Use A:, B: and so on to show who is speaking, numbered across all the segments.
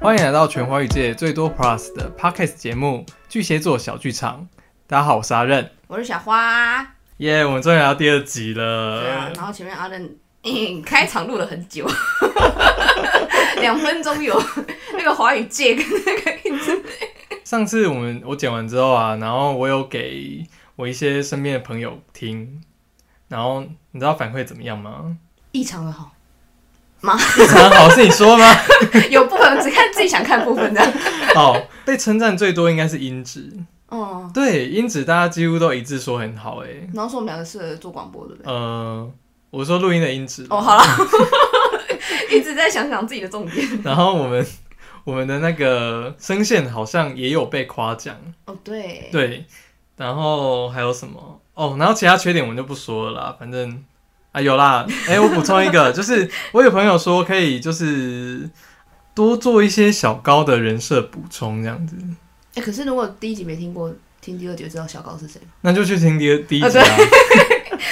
A: 欢迎来到全华语界最多 Plus 的 Podcast 节目《巨蟹座小剧场》。大家好，我是阿任。
B: 我是小花。
A: 耶、我们终于来到第二集
B: 对啊
A: 了，。
B: 然后前面阿任、嗯 开场录了很久， 两分钟有 那个华语界跟那个一直
A: 上次我们我剪完之后啊，然后我有给我一些身边的朋友听，然后你知道反馈怎么样吗？
B: 异常的好，
A: 非常好，是你说吗？
B: 有部分只看自己想看部分的。
A: 哦，被称赞最多应该是音质，
B: 哦，
A: 对音质大家几乎都一致说很好、欸，
B: 然后说我们两个适合做广播，对不对？
A: 呃，我说录音的音质啦，
B: 哦，好了， 一直在想想自己的重点。
A: 然后我们我们的那个声线好像也有被夸奖，
B: 哦，对，
A: 对，然后还有什么？哦，然后其他缺点我们就不说了啦，反正啊有啦，哎、我补充一 个，就是我有朋友说可以就是多做一些小高的人设补充这样子，
B: 哎，可是如果第一集没听过，听第二集就知道小高是谁，
A: 那就去听第第一
B: 啊
A: 集啊，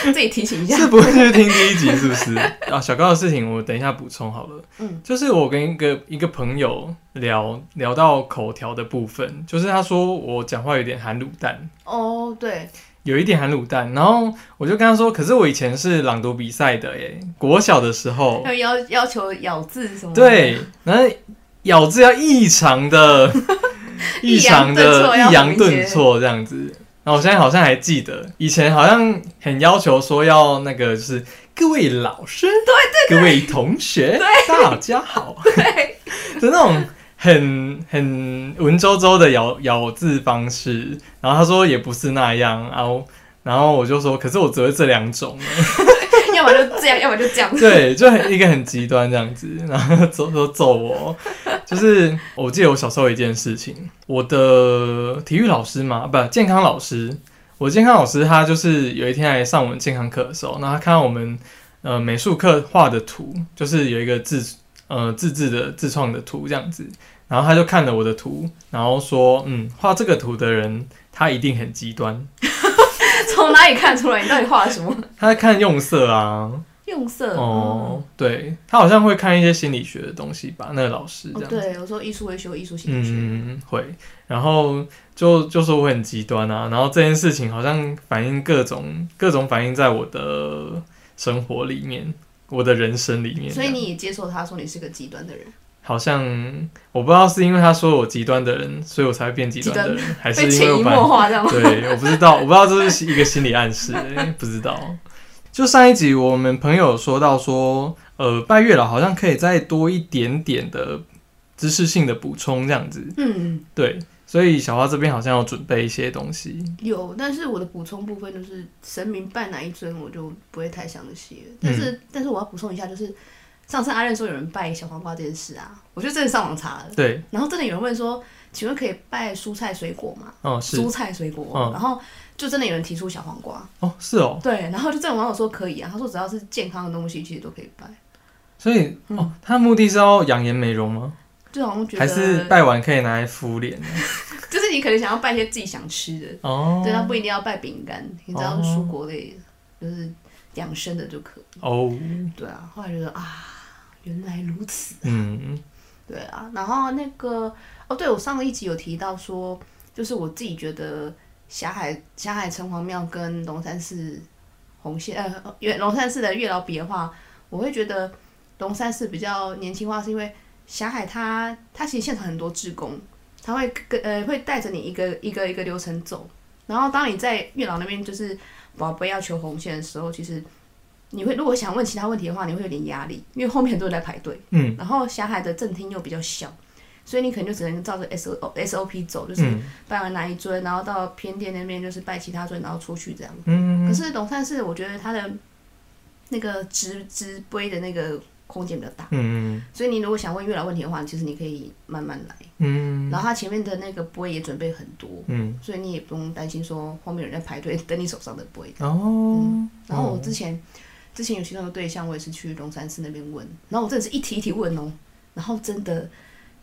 B: 自己提醒一下。
A: 是不会去听第一集是不是？啊，小高的事情我等一下补充好了。
B: 嗯，
A: 就是我跟一个一个朋友聊聊到口条的部分，就是他说我讲话有点含卤蛋，
B: 哦，对，
A: 有一点含卤蛋，然后我就跟他说，可是我以前是朗读比赛的耶，国小的时候，
B: 要要要求咬字什么？，
A: 对，然后咬字要异常 的异常的抑
B: 抑
A: 扬
B: 扬
A: 顿
B: 顿挫要好一些
A: 挫这样子。然后我现在好像还记得，以前好像很要求说要那个，就是各位老师，对对各位同学，大家好， 对的那种很很文绉绉的咬咬字方式。然后他说也不是那样，然后然后我就说，可是我只会这两种，
B: 要么就这样，要么就这 样。
A: 对，就很一个很极端这样子，然后走走走我，就是我记得我小时候有一件事情，我的体育老师嘛，不健康老师，我健康老师他就是有一天来上我们健康课的时候，那他看到我们呃美术课画的图，就是有一个自呃自制的自创的图这样子，然后他就看了我的图，然后说，嗯，画这个图的人他一定很极端，
B: 从哪里看出来你到底画了什么？
A: 他在看用色啊，
B: 用色
A: 哦，对他好像会看一些心理学的东西吧，那个老师这
B: 哦，
A: 样。
B: 对，我说艺术维修、艺术心理学，
A: 嗯，会，然后就就说我很极端啊，然后这件事情好像反映各种各种反映在我的生活里面，我的人生里面这样。
B: 所以你也接受他说你是个极端的人，
A: 好像我不知道是因为他说我极端的人，所以我才会变极端的人，还是
B: 被
A: 因为
B: 潜
A: 我
B: 移
A: 本来
B: 默化这样。
A: 对，我不知道，我不知道这是一个心理暗 示、欸，不知道。就上一集我们朋友说到说，呃，拜月老好像可以再多一点点的知识性的补充这样子，
B: 嗯，
A: 对，所以小花这边好像有准备一些东西，
B: 有，但是我的补充部分就是神明拜哪一尊，我就不会太详细了。但
A: 嗯
B: 是，但是我要补充一下，就是上次阿任说有人拜小黄瓜这件事啊，我就真的上网查了，
A: 对，
B: 然后真的有人问说，请问可以拜蔬菜水果吗？
A: 哦是
B: 蔬，菜水果，
A: 嗯
B: 然后就真的有人提出小黄瓜，
A: 哦是哦，
B: 对，然后就这种网友说可以啊，他说只要是健康的东西，其实都可以拜。
A: 所以哦，他的目的是要养颜美容吗？
B: 就好像嗯觉得
A: 还是拜完可以拿来敷脸？
B: 就是你可能想要拜一些自己想吃的，
A: 哦，
B: 对，那啊不一定要拜饼干，你只要是蔬果类的，就是养生的就可以。
A: 哦，
B: 对啊，后来觉得啊，原来如此。
A: 嗯，
B: 对啊，然后那个哦，对我上一集有提到说，就是我自己觉得霞海霞海城隍庙跟龙山寺红线呃月龙山寺的月老比的话，我会觉得龙山寺比较年轻化，是因为霞海它它其实现场很多志工，他会跟呃会带着你一个一个一个流程走，然后当你在月老那边就是宝贝要求红线的时候，其实。你会如果想问其他问题的话，你会有点压力，因为后面很多人在排队。
A: 嗯
B: 然后霞海的正厅又比较小，所以你可能就只能照着 S O S O P 走，就是
A: 嗯
B: 拜完哪一尊，然后到偏殿那边就是拜其他尊，然后出去这样。可
A: 嗯，
B: 是龙山寺，我觉得它的那个直直杯的那个空间比较大，
A: 嗯
B: 所以你如果想问月老问题的话，其实你可以慢慢来。
A: 嗯
B: 然后它前面的那个杯也准备很多，
A: 嗯，
B: 所以你也不用担心说后面有人在排队等你手上的杯。
A: 哦，
B: 嗯然后我
A: 哦
B: 之前、之前有其中的对象，我也是去龙山寺那边问，然后我真的是一题一题问哦，然后真的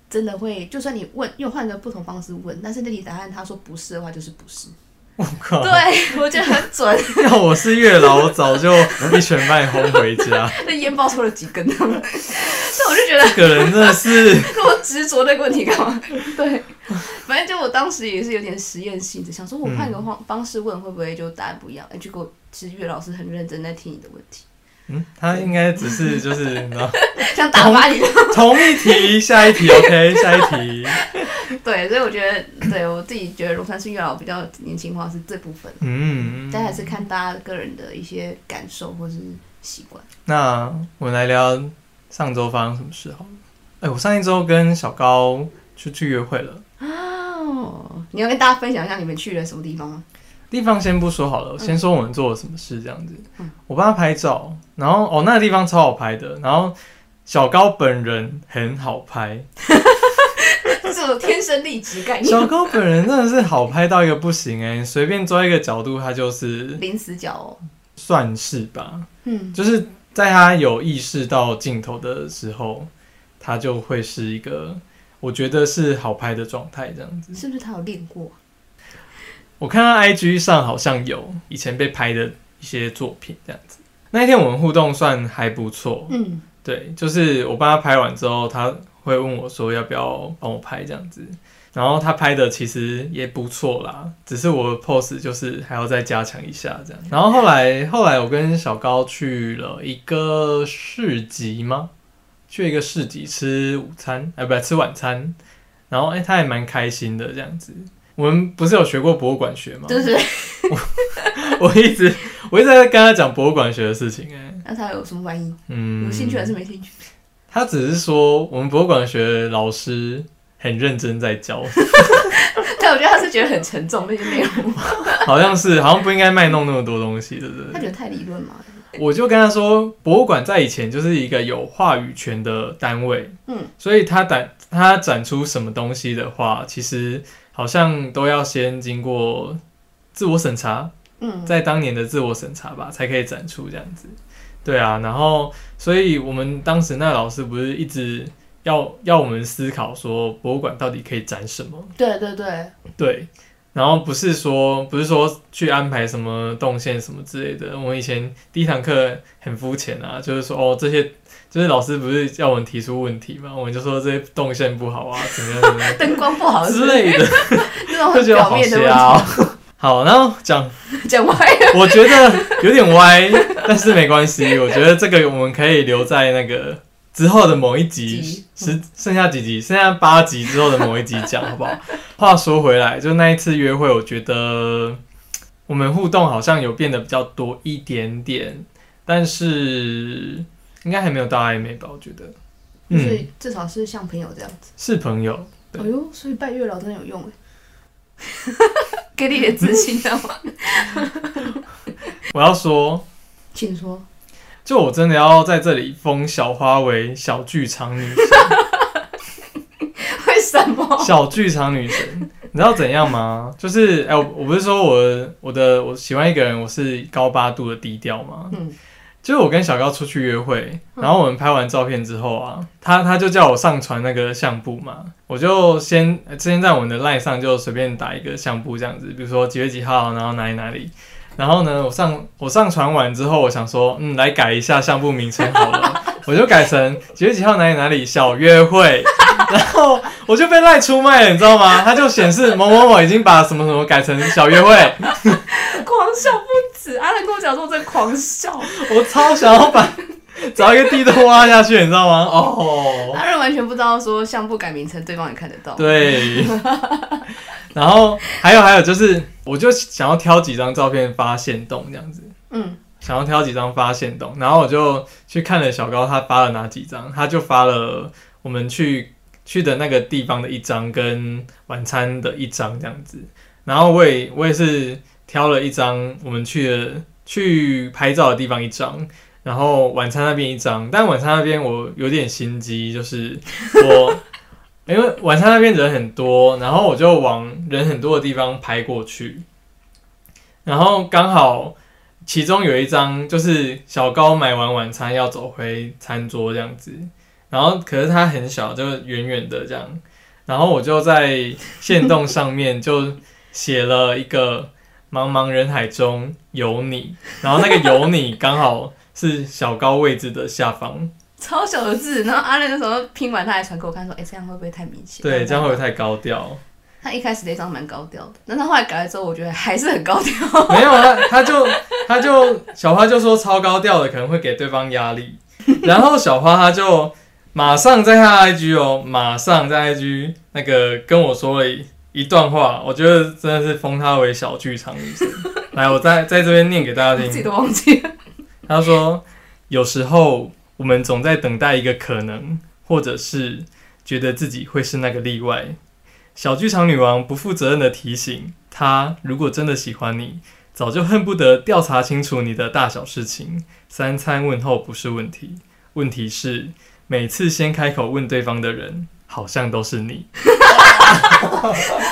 B: 真的会，就算你问又换个不同方式问，但是那题答案他说不是的话就是不是，
A: 我靠，
B: 对我觉得很准，
A: 要我是月老，我早就一拳把你轰回家。
B: 那烟爆抽了几根，所以我就觉得
A: 这个人真的是
B: 那么执着这个问题干嘛？对，反正就我当时也是有点实验性质，想说我换个方方式问会不会就答案不一样？哎、结果其实岳老师很认真在听你的问题，
A: 嗯，他应该只是就是你知道，
B: 想打发你。
A: 同一题，下一题，OK，下一题，
B: 对，所以我觉得，对我自己觉得龙山寺月老比较年轻化是这部分，
A: 嗯，
B: 但还是看大家个人的一些感受或是习惯。
A: 那我们来聊上周发生什么事好了。哎、我上一周跟小高出去约会了，
B: 哦，你要跟大家分享一下你们去了什么地方吗？
A: 地方先不说好了，先说我们做了什么事这样子。我帮他拍照，然后哦，那个地方超好拍的，然后小高本人很好拍，
B: 这种天生丽质概 念，
A: 小高本人真的是好拍到一个不行哎、你随便抓一个角度，他就是
B: 零死角哦。
A: 算是吧，
B: 嗯，
A: 就是在他有意识到镜头的时候，他就会是一个我觉得是好拍的状态这样子。
B: 是不是他有练过？
A: 我看到 IG 上好像有以前被拍的一些作品这样子。那一天我们互动算还不错，
B: 嗯，
A: 对，就是我帮他拍完之后，他会问我说要不要帮我拍这样子。然后他拍的其实也不错啦，只是我的 pose 就是还要再加强一下这样。然后后来后来我跟小高去了一个市集吗？去一个市集吃午餐，哎、不吃晚餐。然后哎、他还蛮开心的这样子。我们不是有学过博物馆学吗？
B: 就是。
A: 我一直我一直在跟他讲博物馆学的事情、哎，
B: 那他有什么玩意？
A: 嗯，
B: 有兴趣还是没兴趣？
A: 他只是说我们博物馆学老师很认真在教，
B: 但我觉得他是觉得很沉重那些内容，
A: 好像是好像不应该卖弄那么多东西，对不
B: 他
A: 对？
B: 觉得太理论嘛。
A: 我就跟他说，博物馆在以前就是一个有话语权的单位，
B: 嗯，
A: 所以他展他展出什么东西的话，其实好像都要先经过自我审查，
B: 嗯，
A: 在当年的自我审查吧，才可以展出这样子。对啊，然后所以我们当时那老师不是一直要要我们思考说博物馆到底可以展什么？
B: 对对对，
A: 对，然后不是说不是说去安排什么动线什么之类的。我们以前第一堂课很肤浅啊，就是说哦这些就是老师不是要我们提出问题嘛，我们就说这些动线不好啊，怎么样怎么样
B: 灯光不好
A: 之
B: 是
A: 类 的，
B: 这种
A: 就
B: 很
A: 觉得
B: 表
A: 好
B: 面的
A: 瞎、
B: 问
A: 哦。好，然后讲
B: 题，讲歪了。
A: 我觉得有点歪，但是没关系。我觉得这个我们可以留在那个之后的某一集
B: 集，
A: 十剩下几集，剩下八集之后的某一集讲，好不好？话说回来，就那一次约会，我觉得我们互动好像有变得比较多一点点，但是应该还没有到暧昧吧？我觉得，
B: 所
A: 嗯，
B: 以至少是像朋友这样子。
A: 是朋友。对
B: 哎呦，所以拜月老真的有用哎， 给你一点自信知道吗？
A: 我要说，
B: 请说，
A: 就我真的要在这里封小花为小剧场女神。
B: 为什么？
A: 小剧场女神，你知道怎样吗？就是哎、我我不是说我我的我喜欢一个人，我是高八度的低调吗？
B: 嗯，
A: 就是我跟小高出去约会，然后我们拍完照片之后啊，他他就叫我上传那个相簿嘛，我就先呃先在我们的 line 上就随便打一个相簿这样子，比如说几月几号，然后哪里哪里。然后呢，我上我上传完之后，我想说，嗯，来改一下相簿名称好了， 我就改成几月几号哪里哪里小约会， 然后我就被赖出卖了，你知道吗？它就显示某某某已经把什么什么改成小约会，
B: 狂笑不止。阿兰跟我讲说，我在狂笑，
A: 我超想要把找一个地洞挖下去，你知道吗？哦，
B: 阿仁完全不知道说相簿改名称，对方也看得到。
A: 对。然后还有还有就是，我就想要挑几张照片发现洞这样子，
B: 嗯，
A: 想要挑几张发现洞，然后我就去看了小高他发了哪几张，他就发了我们去去的那个地方的一张跟晚餐的一张这样子，然后我也我也是挑了一张我们去的去拍照的地方一张。然后晚餐那边一张，但晚餐那边我有点心机，就是我 因为晚餐那边人很多，然后我就往人很多的地方拍过去，然后刚好其中有一张就是小高买完晚餐要走回餐桌这样子，然后可是他很小，就远远的这样，然后我就在线动上面就写了一个“茫茫人海中 有你”，然后那个“有你”刚好是小高位置的下方，
B: 超小的字，然后阿亮那时候拼完他还传给我看，说：“哎、这样会不会太明显？”
A: 对，这样会不会太高调？
B: 他一开始那张蛮高调的，但他后来改了之后，我觉得还是很高调。
A: 没有啊，他就他就小花就说超高调的可能会给对方压力，然后小花她就马上在她的 IG 哦，马上在 IG 那个跟我说了一一段话，我觉得真的是封她为小剧场女神。来，我在在这边念给大家
B: 自
A: 听，
B: 己都忘记 了。
A: 她说有时候我们总在等待一个可能，或者是觉得自己会是那个例外。小剧场女王不负责任的提醒她，如果真的喜欢你，早就恨不得调查清楚你的大小事情。三餐问候不是问题，问题是每次先开口问对方的人，好像都是你。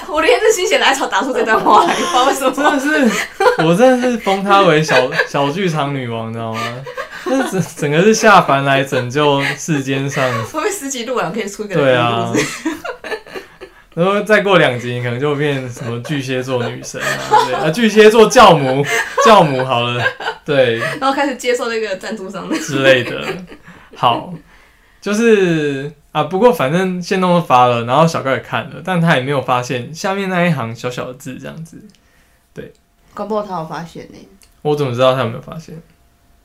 B: 我连着心血来潮打出这段话来，不知道为什
A: 真
B: 么。
A: 的是，我真的是封她为小小剧场女王，你知道吗？那整整个是下凡来拯救世间上
B: 会不会十集录完可以出一个
A: 对
B: 人
A: 啊
B: 录制，
A: 然后再过两集，你可能就变什么巨蟹座女神啊，对啊，巨蟹座教母，教母好了，对
B: 然后开始接受那个赞助商的。
A: 之类的。好，就是啊，不过反正线动都发了，然后小盖也看了，但他也没有发现下面那一行小小的字这样子。
B: 搞不好他有发现呢、
A: 我怎么知道他有没有发现？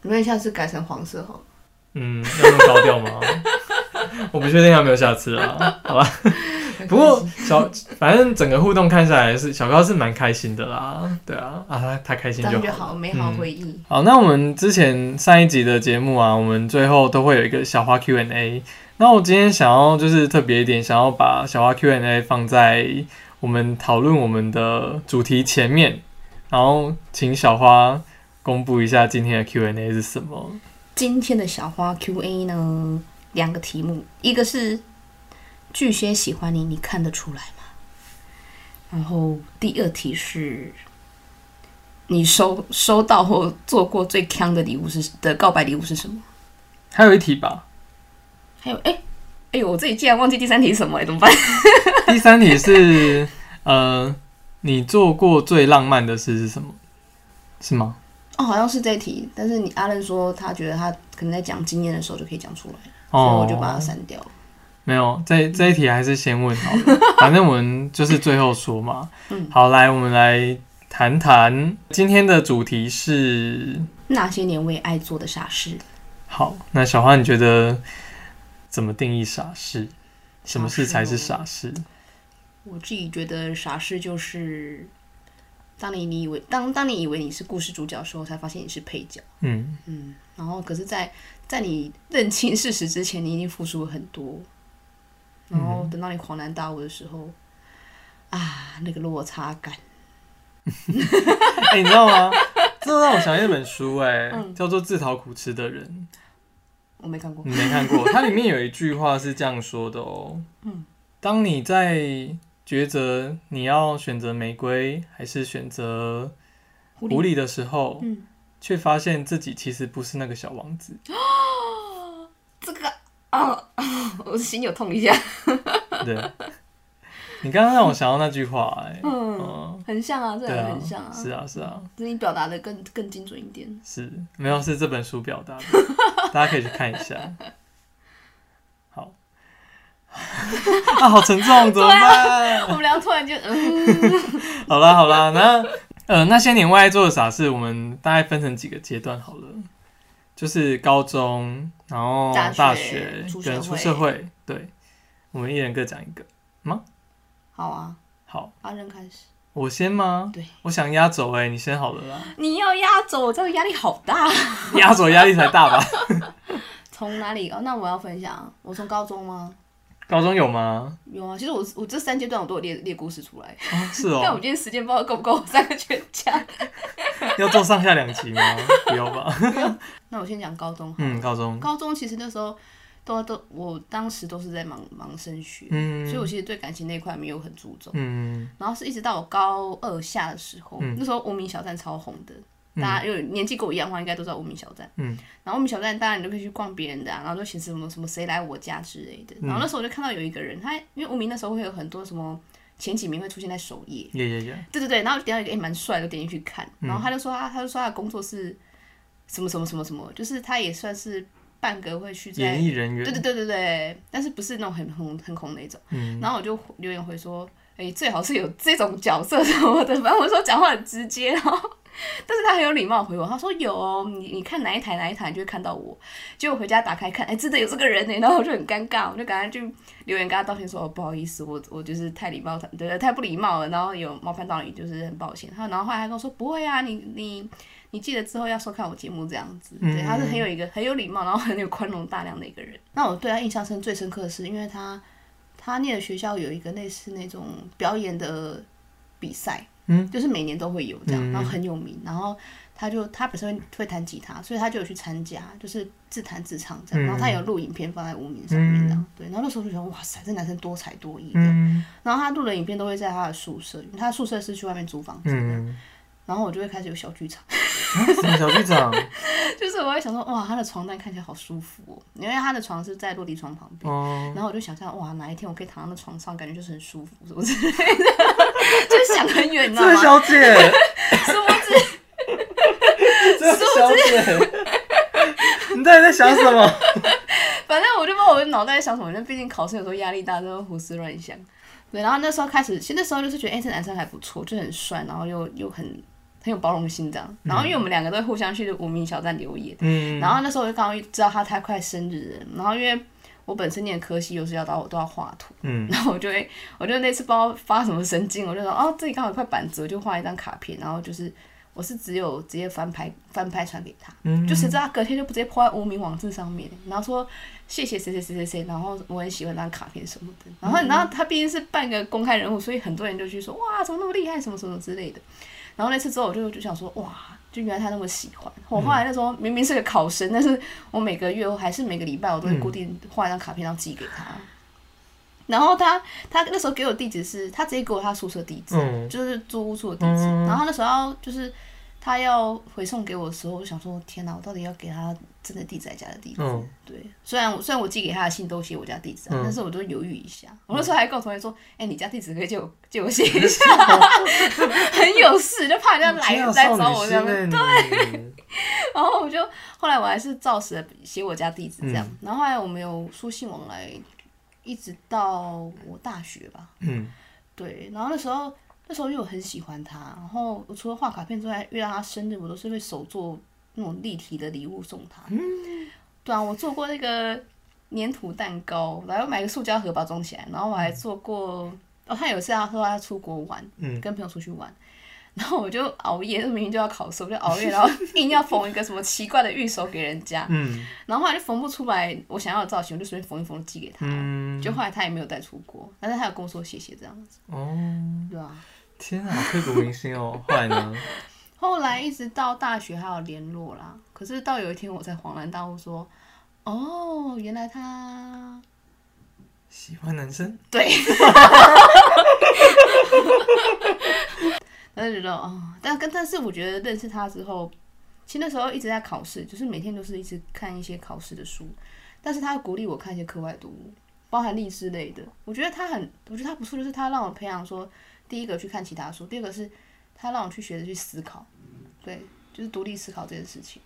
B: 你们下次改成黄色好了。
A: 嗯，要那么高调 吗？我不确定有没有下次啊，好吧。不过小，反正整个互动看下来是小高是蛮开心的啦，对啊，啊他他开心
B: 当
A: 就好
B: 然就
A: 了。
B: 好，嗯美好回忆。
A: 好，那我们之前上一集的节目啊，我们最后都会有一个小花 Q&A。那我今天想要就是特别一点，想要把小花 Q&A 放在我们讨论我们的主题前面，然后请小花公布一下今天的 Q&A 是什么。
B: 今天的小花 Q&A 呢，两个题目，一个是巨蟹喜欢你，你看得出来吗？然后第二题是，你收收到或做过最坑的礼物是的告白礼物是什么？
A: 还有一题吧，
B: 还有哎。哎呦，我自己竟然忘记第三题是什么、哎，怎么办？
A: 第三题是呃，你做过最浪漫的事是什么？是吗？
B: 哦，好像是这题，但是你阿任说他觉得他可能在讲经验的时候就可以讲出来，所以我就把它删掉了。
A: 哦没有，这这一题还是先问好了，反正我们就是最后说嘛。
B: 嗯
A: 好，来，我们来谈谈今天的主题是
B: 那些年为爱做的傻事，
A: 好。那小花，你觉得怎么定义傻事？什么事才是
B: 傻
A: 傻
B: 事哦
A: 事？
B: 我自己觉得傻事就是，当你你以为当当你以为你是故事主角的时候，才发现你是配角。
A: 嗯，
B: 嗯，然后可是在，在你认清事实之前，你已经付出了很多，然后等到你恍然大悟的时候，啊，那个落差感，
A: 哎、你知道 吗？这让我想起一本书、哎、
B: 嗯
A: 叫做《自讨苦吃的人》。
B: 我没看过。
A: 你没看过？它里面有一句话是这样说的哦。当你在抉择你要选择玫瑰还是选择
B: 狐
A: 狐狸的时候，
B: 嗯
A: 却发现自己其实不是那个小王子。
B: 这个啊， 我心有痛一下，
A: 对，你刚刚让我想到那句话、哎，
B: 嗯，很像啊，这
A: 对
B: 两
A: 啊
B: 个很像，啊，
A: 是啊，是啊，
B: 只是你表达的更更精准一点。
A: 是，没有是这本书表达 的，大家可以去看一下。好， 啊，好沉重，怎么办？
B: 我们俩突然就嗯，
A: 好啦好啦，那呃那些年为爱做的傻事，我们大概分成几个阶段好了，就是高中，然后
B: 大学
A: 大学
B: 出社
A: 跟
B: 会
A: 出社会，对，我们一人各讲一个。
B: 好啊，
A: 好，
B: 阿任开始。
A: 我先吗？
B: 对，
A: 我想压轴哎，你先好了啦，
B: 你要压轴，我这个压力好大。
A: 压轴压力才大吧？
B: 从哪里？哦，那我要分享。我从高中吗？
A: 高中有吗？
B: 有啊，其实我我这三阶段我都有列列故事出来，
A: 哦、是
B: 但我们
A: 哦，
B: 今天时间不知道够不够，我三个全讲。
A: 要做上下两集吗？ 不要吧。
B: 那我先讲高中。
A: 嗯，高中，
B: 高中其实那时候都都，我当时都是在忙忙升学，所以
A: 嗯
B: 我其实对感情那一块没有很注重。
A: 嗯，
B: 然后是一直到我高二下的时候，那时候无名小站超红的，大家有年纪跟我一样的话，应该都知道无名小站。
A: 嗯，
B: 然后无名小站当然你就可以去逛别人的、啊，然后就显示什么什么谁来我家之类的。然后那时候我就看到有一个人，他因为无名那时候会有很多什么前几名会出现在首页，
A: 耶耶耶，
B: 对对对，然后哎我就点到一个诶蛮帅的，就点进去看，然后他就说他他就说他的工作是什么什么什么什么，就是他也算是半个会去在
A: 演艺人员，
B: 对对对对对，但是不是那种很红很红那种。
A: 嗯，
B: 然后我就留言回说，哎、最好是有这种角色什么的，反正我说讲话很直接哦。但是他很有礼貌回我，他说有哦，你你看哪一台哪一台你就会看到我。结果回家打开看，哎、真的有这个人呢，然后我就很尴尬，我就赶快去留言跟他道歉说，哦，不好意思，我我就是太礼貌，对，太不礼貌了，然后有冒犯到你，就是很抱歉。他然后后来他跟我说，不会啊，你你你记得之后要收看我节目这样子。
A: 嗯
B: 对，他是很有一个很有礼貌，然后很有宽容大量的一个人。那我对他印象深最深刻的是，因为他他念的学校有一个类似那种表演的比赛，
A: 嗯，
B: 就是每年都会有这样，
A: 嗯
B: 然后很有名，然后他就他本身会弹吉他，所以他就有去参加，就是自弹自唱这样，
A: 嗯
B: 然后他有录影片放在无名上面这样，
A: 嗯
B: 对，然后那时候就觉得哇塞，这男生多才多艺这样，
A: 嗯
B: 然后他录的影片都会在他的宿舍，因为他宿舍是去外面租房子的，
A: 嗯，
B: 然后我就会开始有小剧场。
A: 啊什么小剧场？
B: 就是我会想说，哇，他的床单看起来好舒服哦，因为他的床是在落地窗旁边，
A: 哦，
B: 然后我就想象，哇，哪一天我可以躺在那床上，感觉就是很舒服，什么之类的， 就是想很远，你知
A: 这
B: 道
A: 位
B: 吗？
A: 小姐，
B: 殊不知，
A: 这位小姐， 你到底在想什么？
B: 反正我就不知道我的脑袋在想什么，但毕竟考试有时候压力大，就会胡思乱想。对，然后那时候开始，其实那时候就是觉得，哎、这男生还不错，就很帅，然后又又很很有包容心这样。然后因为我们两个都会互相去无名小站留言，
A: 嗯，
B: 然后那时候我就刚好知道他他快生日了，然后因为我本身念科系，有时要到我都要画图。
A: 嗯
B: 然后我就会，我就那次不知道发什么神经，我就说哦，这里刚好有一块板子，我就画一张卡片，然后就是我是只有直接翻拍翻拍传给他，
A: 嗯，
B: 就谁知道他隔天就直接泼在无名网志上面，然后说谢谢谁谁谁谁谁，然后我很喜欢那张卡片什么的，然后你知道他毕竟是半个公开人物，所以很多人就去说哇，怎么那么厉害，什么什么之类的。然后那次之后，我就就想说，哇，就原来他那么喜欢我。后来那时候明明是个考生，但是我每个月还是每个礼拜我都会固定画一张卡片，然后寄给他。然后他他那时候给我地址是，他直接给我他宿舍地址，
A: 嗯
B: 就是租屋处的地址。
A: 嗯
B: 然后那时候要就是他要回送给我的时候，我就想说，天哪，我到底要给他真的地址还是假的地址？
A: 嗯
B: 对，虽然我虽然我寄给他的信都写我家地址啊、
A: 嗯
B: 但是我都犹豫一下。我那时候还跟我同学说：“哎、你家地址可以借我借我写一下， 很有事，就怕人家来
A: 天啊
B: 来
A: 少
B: 找
A: 女
B: 我
A: 心
B: 这样。”
A: 欸你
B: 然后我就后来我还是照实的写我家地址这样。
A: 嗯
B: 然后后来我们有书信往来，一直到我大学吧。
A: 嗯
B: 对，然后那时候那时候因为我很喜欢他，然后我除了画卡片之外，遇到他生日，我都是会手做那种立体的礼物送他。
A: 嗯
B: 对啊，我做过那个粘土蛋糕，然后买个塑胶盒包装起来，然后我还做过。哦，他有一次他说他出国玩，
A: 嗯
B: 跟朋友出去玩，然后我就熬夜，明明就要考试，我就熬 夜，然后硬要缝一个什么奇怪的玉手给人家，
A: 嗯
B: 然后后来就缝不出来我想要的造型，我就随便缝一缝寄给他。
A: 嗯，
B: 就后来他也没有带出国，但是他有跟我说谢谢这样子，
A: 哦，
B: 对啊。
A: 天啊，刻骨铭心哦。后来呢？
B: 后来一直到大学还有联络啦，可是到有一天我才恍然大悟说，哦，原来他
A: 喜欢男生，
B: 对，然后就觉得哦，但跟但是我觉得认识他之后，其实那时候一直在考试，就是每天都是一直看一些考试的书，但是他鼓励我看一些课外读物，包含励志类的。我觉得他很，我觉得他不错，就是他让我培养说，第一个去看其他书，第二个是他让我去学着去思考，对，就是独立思考这件事情。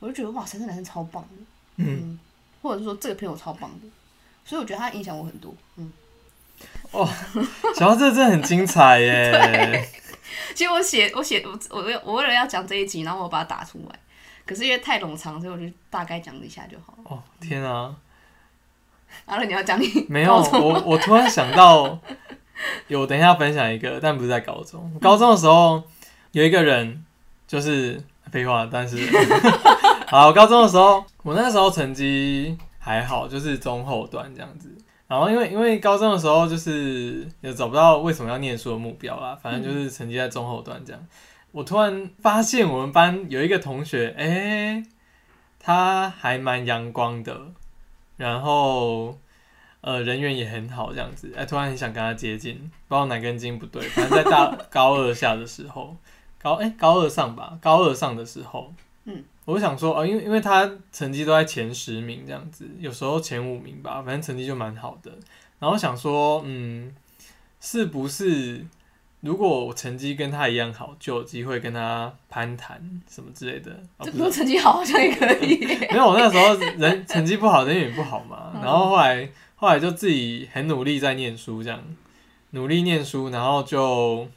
B: 我就觉得哇塞，这男生超棒的，
A: 嗯，
B: 或者是说这个朋友超棒的，所以我觉得他影响我很多，嗯。
A: 小到这真的很精彩 耶。
B: 其实我写我写我我我为了要讲这一集，然后我把它打出来，可是因为太冗长，所以我就大概讲一下就好了。
A: 哦，天啊，
B: 然后你要讲你
A: 没有，
B: 高中
A: 我我突然想到，有等一下分享一个，但不是在高中。高中的时候有一个人，就是废话，但是 好，高中的时候我那时候成绩还好，就是中后段这样子。然后因为因为高中的时候就是也找不到为什么要念书的目标啦，反正
B: 嗯
A: 就是成绩在中后段这样。我突然发现我们班有一个同学，哎、他还蛮阳光的，然后呃，人缘也很好，这样子。哎、突然很想跟他接近，不知道哪根筋不对。反正在大高二下的时候， 高哎、高二上吧，高二上的时候，
B: 嗯，
A: 我就想说哦、因为因为他成绩都在前十名这样子，有时候前五名吧，反正成绩就蛮好的。然后想说，嗯，是不是如果我成绩跟他一样好，就有机会跟他攀谈什么之类的。啊、
B: 这
A: 不
B: 不过
A: 是，
B: 成绩好好像也可以 耶，
A: 没有，我那时候人成绩不好，人缘不好嘛。
B: 嗯
A: 然后后来后来就自己很努力在念书，这样努力念书，然后就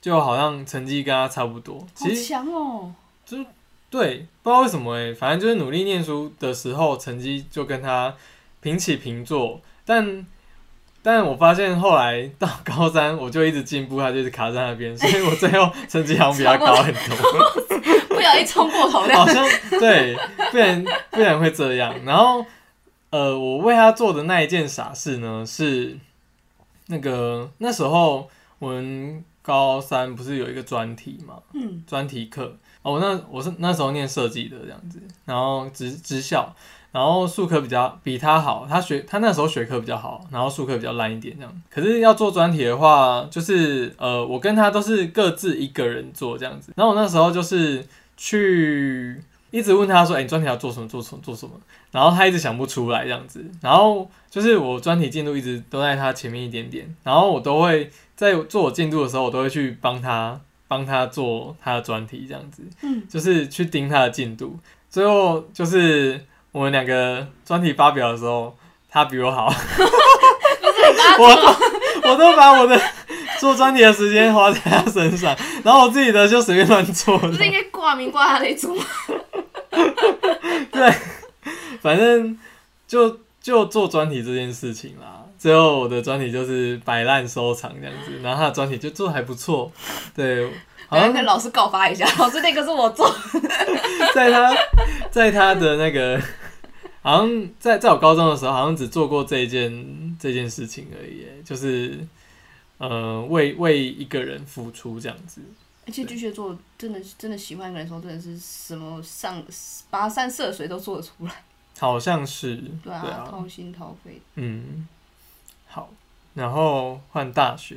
A: 就好像成绩跟他差不多。
B: 好
A: 其实
B: 强哦！
A: 对，不知道为什么哎、反正就是努力念书的时候，成绩就跟他平起平坐。但但我发现后来到高三，我就一直进步，他就是卡在那边，所以我最后成绩好像比他高很多，
B: 不小心冲过头
A: 好
B: 的，
A: 像对，不然不然会这样。然后呃，我为他做的那一件傻事呢，是那个那时候我们高三不是有一个专题嘛，
B: 嗯，
A: 专题课哦，那我是那时候念设计的这样子，然后职职校，然后数科比较比他好，他学他那时候学科比较好，然后数科比较烂一点这样。可是要做专题的话，就是呃，我跟他都是各自一个人做这样子。然后我那时候就是去一直问他说：“哎、你专题要做什么？做什么？做什么？”然后他一直想不出来这样子。然后就是我专题进度一直都在他前面一点点，然后我都会在做我进度的时候，我都会去帮他帮他做他的专题，这样子，
B: 嗯，
A: 就是去盯他的进度。最后就是我们两个专题发表的时候，他比我好，我我都把我的做专题的时间花在他身上，然后我自己的就随便乱做
B: 不
A: 了
B: 是应该挂名挂他那种吗？
A: 反正就就做专题这件事情啦。最后我的专题就是摆烂收藏这样子，然后他的专题就做的还不错，对， 好
B: 然后
A: 像
B: 跟老师告发一下，老师那个是我做，
A: 在他，在他的那个，好像在在我高中的时候，好像只做过这一件这件事情而已耶，就是呃，为为一个人付出这样子。
B: 而且巨蟹座真的真的喜欢一个人的时候，真的是什么上跋山涉水都做得出来，
A: 好像是，
B: 对啊，掏心掏肺，
A: 嗯，好，然后换大学，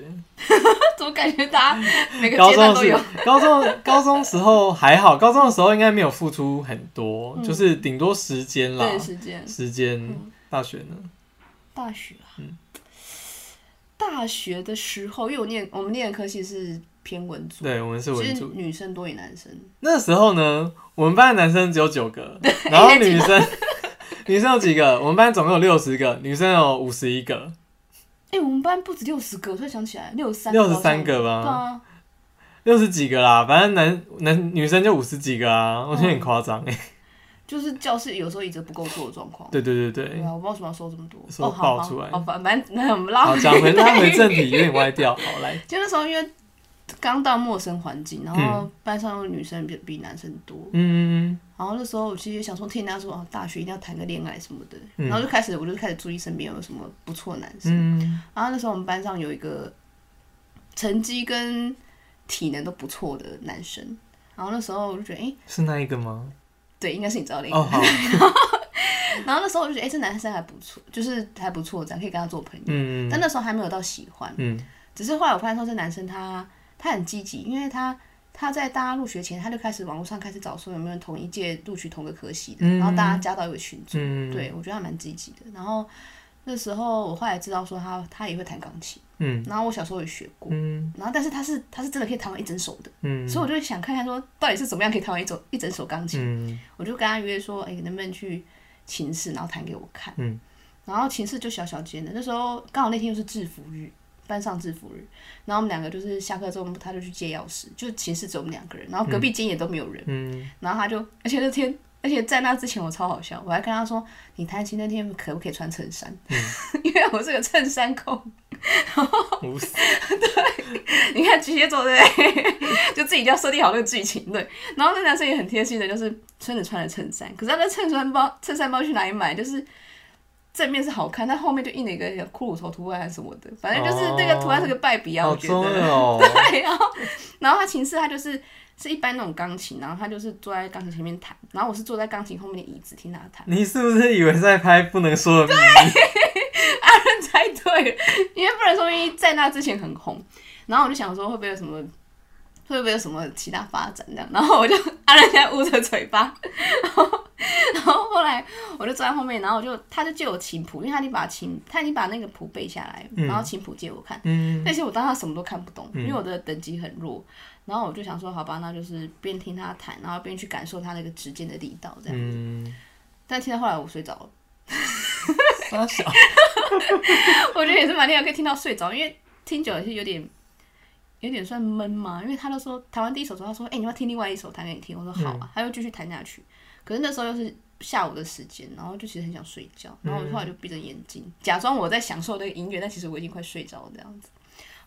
B: 怎么感觉大家每个
A: 高
B: 阶段
A: 中
B: 都
A: 是
B: 有？
A: 高中高中时候还好，高中的时候应该没有付出很多，就是顶多时间啦，
B: 嗯对时间，
A: 时间
B: 嗯。
A: 大学呢？
B: 大学啊，
A: 嗯
B: 大学的时候，因为我念我们念的科系是偏文组，
A: 对，我们是
B: 其
A: 文
B: 实
A: 组
B: 女生多于男生，
A: 那时候呢，我们班的男生只有九个，然 后女生 女生有几个？我们班总共有六十个，女生有五十一个，
B: 哎、我们班不止六十个，我突然想起来，六十三，
A: 六十三，个
B: 对
A: 吧，
B: 啊，
A: 六十几个啦，反正男男女生就五十几个啊，我觉得
B: 嗯
A: 很夸张哎。
B: 就是教室有时候椅子不够坐的状况。
A: 对对对
B: 对
A: 对，
B: 啊，我不知道为什么要说这么多，
A: 说
B: 哦，好
A: 爆出来
B: 好好，反 反正那我们拉
A: 好，
B: 回
A: 讲回拉回正题，有点歪掉。好来，
B: 就那时候因为刚到陌生环境，然后
A: 嗯
B: 班上有女生比比男生多，
A: 嗯，
B: 然后那时候我其实也想说，听人家说哦，大学一定要谈个恋爱什么的，
A: 嗯
B: 然后就开始我就开始注意身边有没有什么不错的男生。
A: 嗯
B: 然后那时候我们班上有一个成绩跟体能都不错的男生，然后那时候我就觉得，哎、
A: 嗯 是那一个吗？
B: 对，应该是你知道的。
A: 哦，好，
B: 然后那时候我就觉得，哎、这男生还不错，就是还不错，这样可以跟他做朋友。
A: 嗯
B: 但那时候还没有到喜欢，
A: 嗯
B: 只是后来我发现说，这男生他他很积极，因为他他在大家入学前，他就开始网络上开始找说有没有人同一届录取同个科系的，
A: 嗯
B: 然后大家加到一个群组。
A: 嗯，，
B: 对，我觉得他蛮积极的。然后那时候我后来知道说他他也会弹钢琴，
A: 嗯
B: 然后我小时候也学过，
A: 嗯
B: 然后但是他是他是真的可以弹完一整首的，
A: 嗯，
B: 所以我就想看看说到底是怎么样可以弹完一整一整首钢琴。
A: 嗯
B: 我就跟他约说，哎、能不能去琴室，然后弹给我看。
A: 嗯，
B: 然后琴室就小小间的，那时候刚好那天又是制服日，班上制服日，然后我们两个就是下课之后，他就去借钥匙，就寝室只有我们两个人，然后隔壁间也都没有人。
A: 嗯
B: 然后他就，而且那天，而且在那之前我超好笑，我还跟他说，你弹琴那天可不可以穿衬衫？ 因为我是个衬衫控。
A: 无 私
B: 你看巨蟹座对不对？ 就自己就要设定好那个剧情对。然后那男生也很贴心的，就是真的穿了衬衫，可是他的衬衫包衬衫包去哪里买？就是正面是好看，但后面就印了一个骷髅头图案什么的，反正就是那个图案是个败笔啊，
A: 好
B: 我觉
A: 重
B: 得。
A: 要哦，
B: 对，然后然后他寝室他就是是一般那种钢琴，然后他就是坐在钢琴前面弹，然后我是坐在钢琴后面的椅子听他弹。
A: 你是不是以为在拍不能说的秘密
B: 啊猜对了，因为不能说因为在那之前很红，然后我就想说会不会有什么会不会有什么其他发展这样？然后我就啊，人家捂着嘴巴，然后然后后来我就坐在后面，然后我就他就借我琴谱，因为他已经把琴他已经把那个谱背下来，
A: 嗯
B: 然后琴谱借我看，
A: 嗯，
B: 但是我当时什么都看不懂，
A: 嗯
B: 因为我的等级很弱。然后我就想说，好吧，那就是边听他弹，然后边去感受他那个指尖的力道这样。
A: 嗯，
B: 但听到后来我睡着了，
A: 傻小，
B: 我觉得也是蛮厉害，可以听到睡着，因为听久了是有点有点算闷嘛。因为他都说弹完第一首之后，他说：“哎、你要不要听另外一首弹给你听。”我说：“好啊。他又继续弹下去。可是那时候又是下午的时间，然后就其实很想睡觉，然后我后来就闭着眼睛，假装我在享受那个音乐，但其实我已经快睡着了这样子。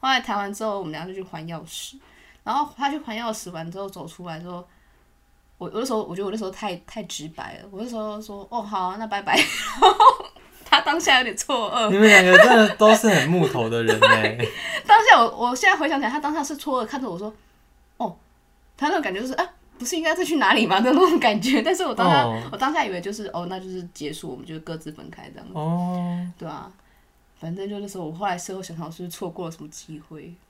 B: 后来弹完之后，我们俩就去还钥匙，然后他去还钥匙完之后走出来之后。我我那时候，我觉得我那时候太太直白了。我那时候说：“哦，好啊、那拜拜。” 然后他当下有点错愕，
A: 你们两个真的都是很木头的人 哎、
B: 当下我我现在回想起来，他当下是错愕看着我说：“哦，他那种感觉就是啊，不是应该再去哪里吗？”的那种感觉。 但是我当下、
A: 哦
B: 我当下以为就是哦，那就是结束，我们就各自分开这样，
A: 哦，
B: 对啊。反正就那时候，我后来事后想想，我是不是错过了什么机会？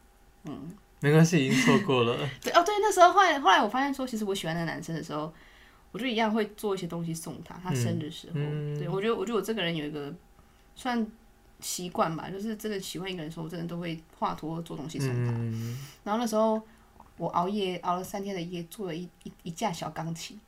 A: 没关系，已经错过 了。
B: 对哦，对，那时候后来后来我发现说，其实我喜欢那个男生的时候，我就一样会做一些东西送他，他生日时候。
A: 嗯嗯
B: 对我觉得，我觉得我这个人有一个算习惯吧，就是真的喜欢一个人的时候，我真的都会画图做东西送他。
A: 嗯，
B: 然后那时候我熬夜熬了三天的夜，做了一一一架小钢琴，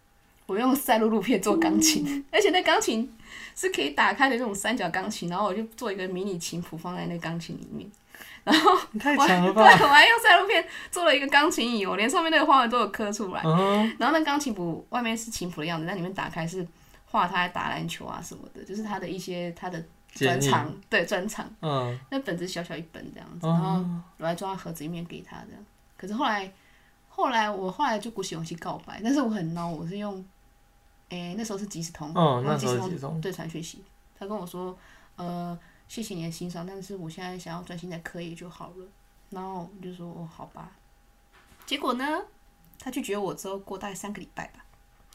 B: 我用赛璐璐片做钢
A: 嗯
B: 琴， 而且那钢琴是可以打开的那种三角钢琴，然后我就做一个迷你琴谱放在那钢琴里面，
A: 你太
B: 我还
A: 强了
B: 对，
A: 吧？
B: 我还用赛璐片做了一个钢琴椅，我连上面那个花纹都有刻出来，
A: 嗯，
B: 然后那钢琴谱外面是琴谱的样子，但里面打开是画他打篮球啊什么的，就是他的一些他的专
A: 建议，
B: 长，对专长，
A: 嗯，
B: 那本子小小一本这样子，然后。
A: 哦，
B: 我还装在盒子里面给他这样。可是后来，后来我后来就鼓起勇气告白，但是我很孬，我是用，诶、那时候是即时通，
A: 嗯
B: 然后
A: 那时候
B: 通
A: 即时通
B: 对传讯息，他跟我说，呃，谢谢你的欣赏，但是我现在想要专心在课业就好了。然后我就说，哦，好吧。结果呢，他拒绝我之后，过大概三个礼拜吧。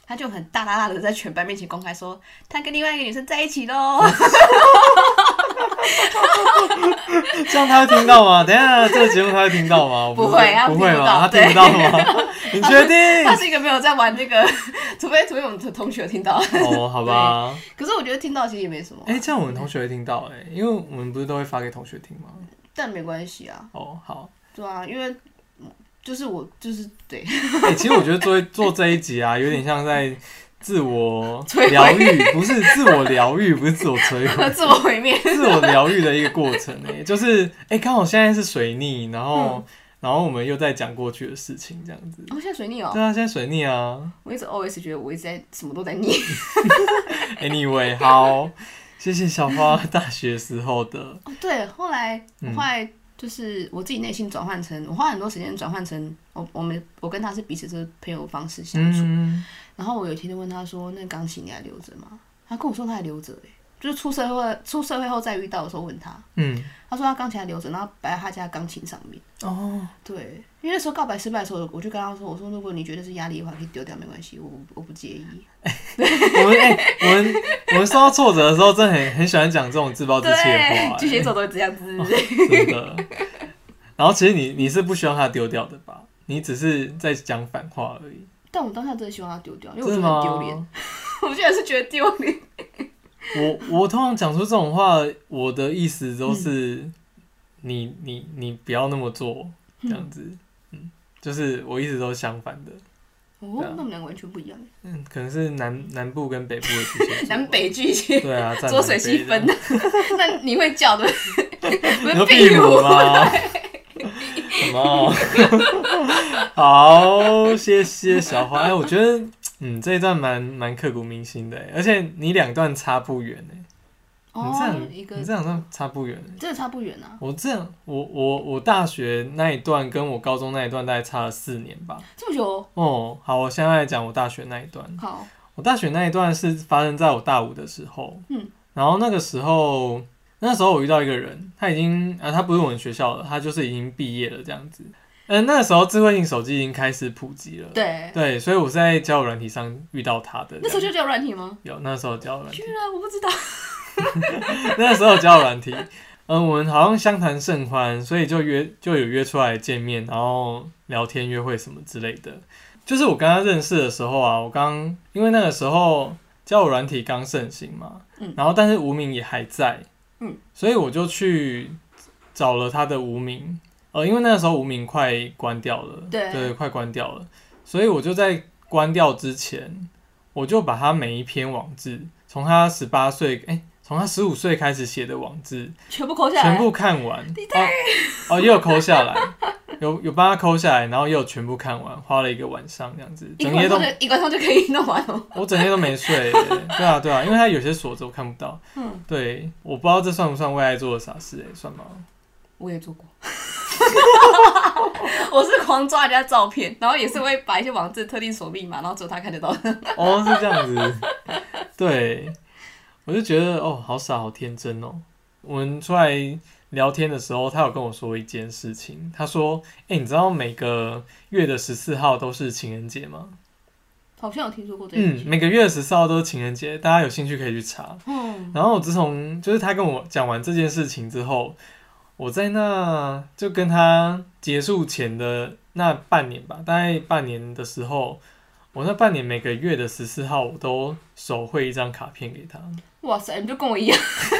B: 他就很大大大的在全班面前公开说，他跟另外一个女生在一起喽。
A: 这样他会听到 吗？等一下这个节目他会听到 吗？我
B: 不
A: 知
B: 会他
A: 不
B: 听
A: 会
B: 不
A: 吗？
B: 到
A: 他听不到吗？ 你确
B: 他
A: 定？
B: 是一个没有在玩这个， 除非除非我们的同学有听到。
A: 哦，好吧。
B: 可是我觉得听到其实也没什么啊、
A: 哎、这样我们同学会听到哎、因为我们不是都会发给同学听吗？
B: 但没关系啊，
A: 哦，好。
B: 对啊，因为嗯就是我就是 对，
A: 哎、其实我觉得做做这一集啊，有点像在自我
B: 摧毁
A: 疗愈，不是自我疗愈，不是自我摧毁，
B: 自我毁灭。
A: 自我疗愈的一个过程哎、就是哎，刚、好现在是水逆，然后、
B: 嗯
A: 然后我们又在讲过去的事情这样子。
B: 哦，现在水逆哦，
A: 对啊，现在水逆啊。
B: 我一直 always 觉得我一直在什么都在逆。
A: Anyway，好，谢谢小花大学时候的，
B: 哦，对，后来我
A: 嗯
B: 后来就是我自己内心转换成，我花很多时间转换成我我们我跟他是彼此是朋友方式相处。
A: 嗯，
B: 然后我有一天就问他说：“那钢琴你还留着吗？”他跟我说他还留着、欸，就是出社会出社会后再遇到的时候问他，
A: 嗯，
B: 他说他钢琴还留着，然后摆在他家钢琴上面。
A: 哦，
B: 对，因为那时候告白失败的时候，我就跟他说：“我说如果你觉得是压力的话，可以丢掉，没关系，我不我不介意。
A: 我们哎、我们我们受到挫折的时候，真的很很喜欢讲这种自暴自弃的话、 哎
B: 巨蟹座都会这样子。
A: 真的。然后其实你你是不希望它丢掉的吧？你只是在讲反话而已，
B: 但我当下真的希望他丢掉，因为我
A: 真的
B: 觉得很丢脸，
A: 吗？
B: 我居然是觉得丢脸。
A: 我我通常讲出这种话，我的意思都是、
B: 嗯
A: 你你你不要那么做，这样子，嗯，就是我一直都相反的，
B: 哦，
A: 对啊
B: 那我们两个完全不一样，
A: 嗯，可能是南南部跟北部的区别，
B: 南北巨蟹，
A: 对啊，占
B: 浊
A: 南
B: 水
A: 北的
B: 西分。 那你会叫 的， 不
A: 你说
B: 是
A: 壁
B: 壁
A: 虎
B: 虎。
A: 吗？什么？ 好，谢谢小花。哎，我觉得，嗯，这一段蛮蛮刻骨铭心的，欸而且你两段差不远哎，你这
B: 哦
A: 样，
B: 一个
A: 你这两段差不远哎。
B: 真的差不远啊，
A: 我这样，我我我大学那一段跟我高中那一段大概差了四年吧。
B: 这么久。
A: 哦，好，我现在来讲我大学那一段。
B: 好，
A: 我大学那一段是发生在我大五的时候，
B: 嗯，
A: 然后那个时候，那时候我遇到一个人，他已经啊，他不是我们学校了，他就是已经毕业了这样子。嗯、那个时候智慧型手机已经开始普及了，
B: 对，
A: 对，所以我是在交友软体上遇到他的这样。
B: 那时候就叫软体吗？
A: 有那时候交友软体
B: 居，然我不知道，
A: 那时候交友软体，呃，我们好像相谈甚欢，所以就约就有约出来见面，然后聊天、约会什么之类的。就是我跟他认识的时候啊，我刚因为那个时候交友软体刚盛行嘛，
C: 嗯
A: 然后但是无名也还在，
C: 嗯，
A: 所以我就去找了他的无名，呃，因为那个时候无名快关掉了，
C: 对
A: 快关掉了，所以我就在关掉之前，我就把他每一篇网志，从他十八岁，哎、从他十五岁开始写的网志，
B: 全部抠下来，
A: 全部看完，哦哦，也有抠下来，有有帮他抠下来，然后也有全部看完，花了一个晚上这样子，
B: 一
A: 整
B: 个晚
A: 夜都
B: 上就一个晚上就可以弄完了。
A: 我整天都没 睡耶，对啊对啊，因为他有些锁着我看不到，
B: 嗯，
A: 对，我不知道这算不算为爱做的傻事、哎，算吗？
B: 我也做过， 我是狂抓人家照片，然后也是会把一些网址特定锁密码，然后只有他看得到。
A: 哦，是这样子，对，我就觉得哦，好傻，好天真哦。我们出来聊天的时候，他有跟我说一件事情，他说：“哎、你知道每个月的十四号都是情人节吗？”
B: 好像有听说过这
A: 嗯，
B: 个，
A: 每个月十四号都是情人节，大家有兴趣可以去查。
B: 嗯，
A: 然后我自从就是他跟我讲完这件事情之后，我在那就跟他结束前的那半年吧，大概半年的时候，我那半年每个月的十四号我都手绘一张卡片给他。
B: 哇塞，你就跟我一样，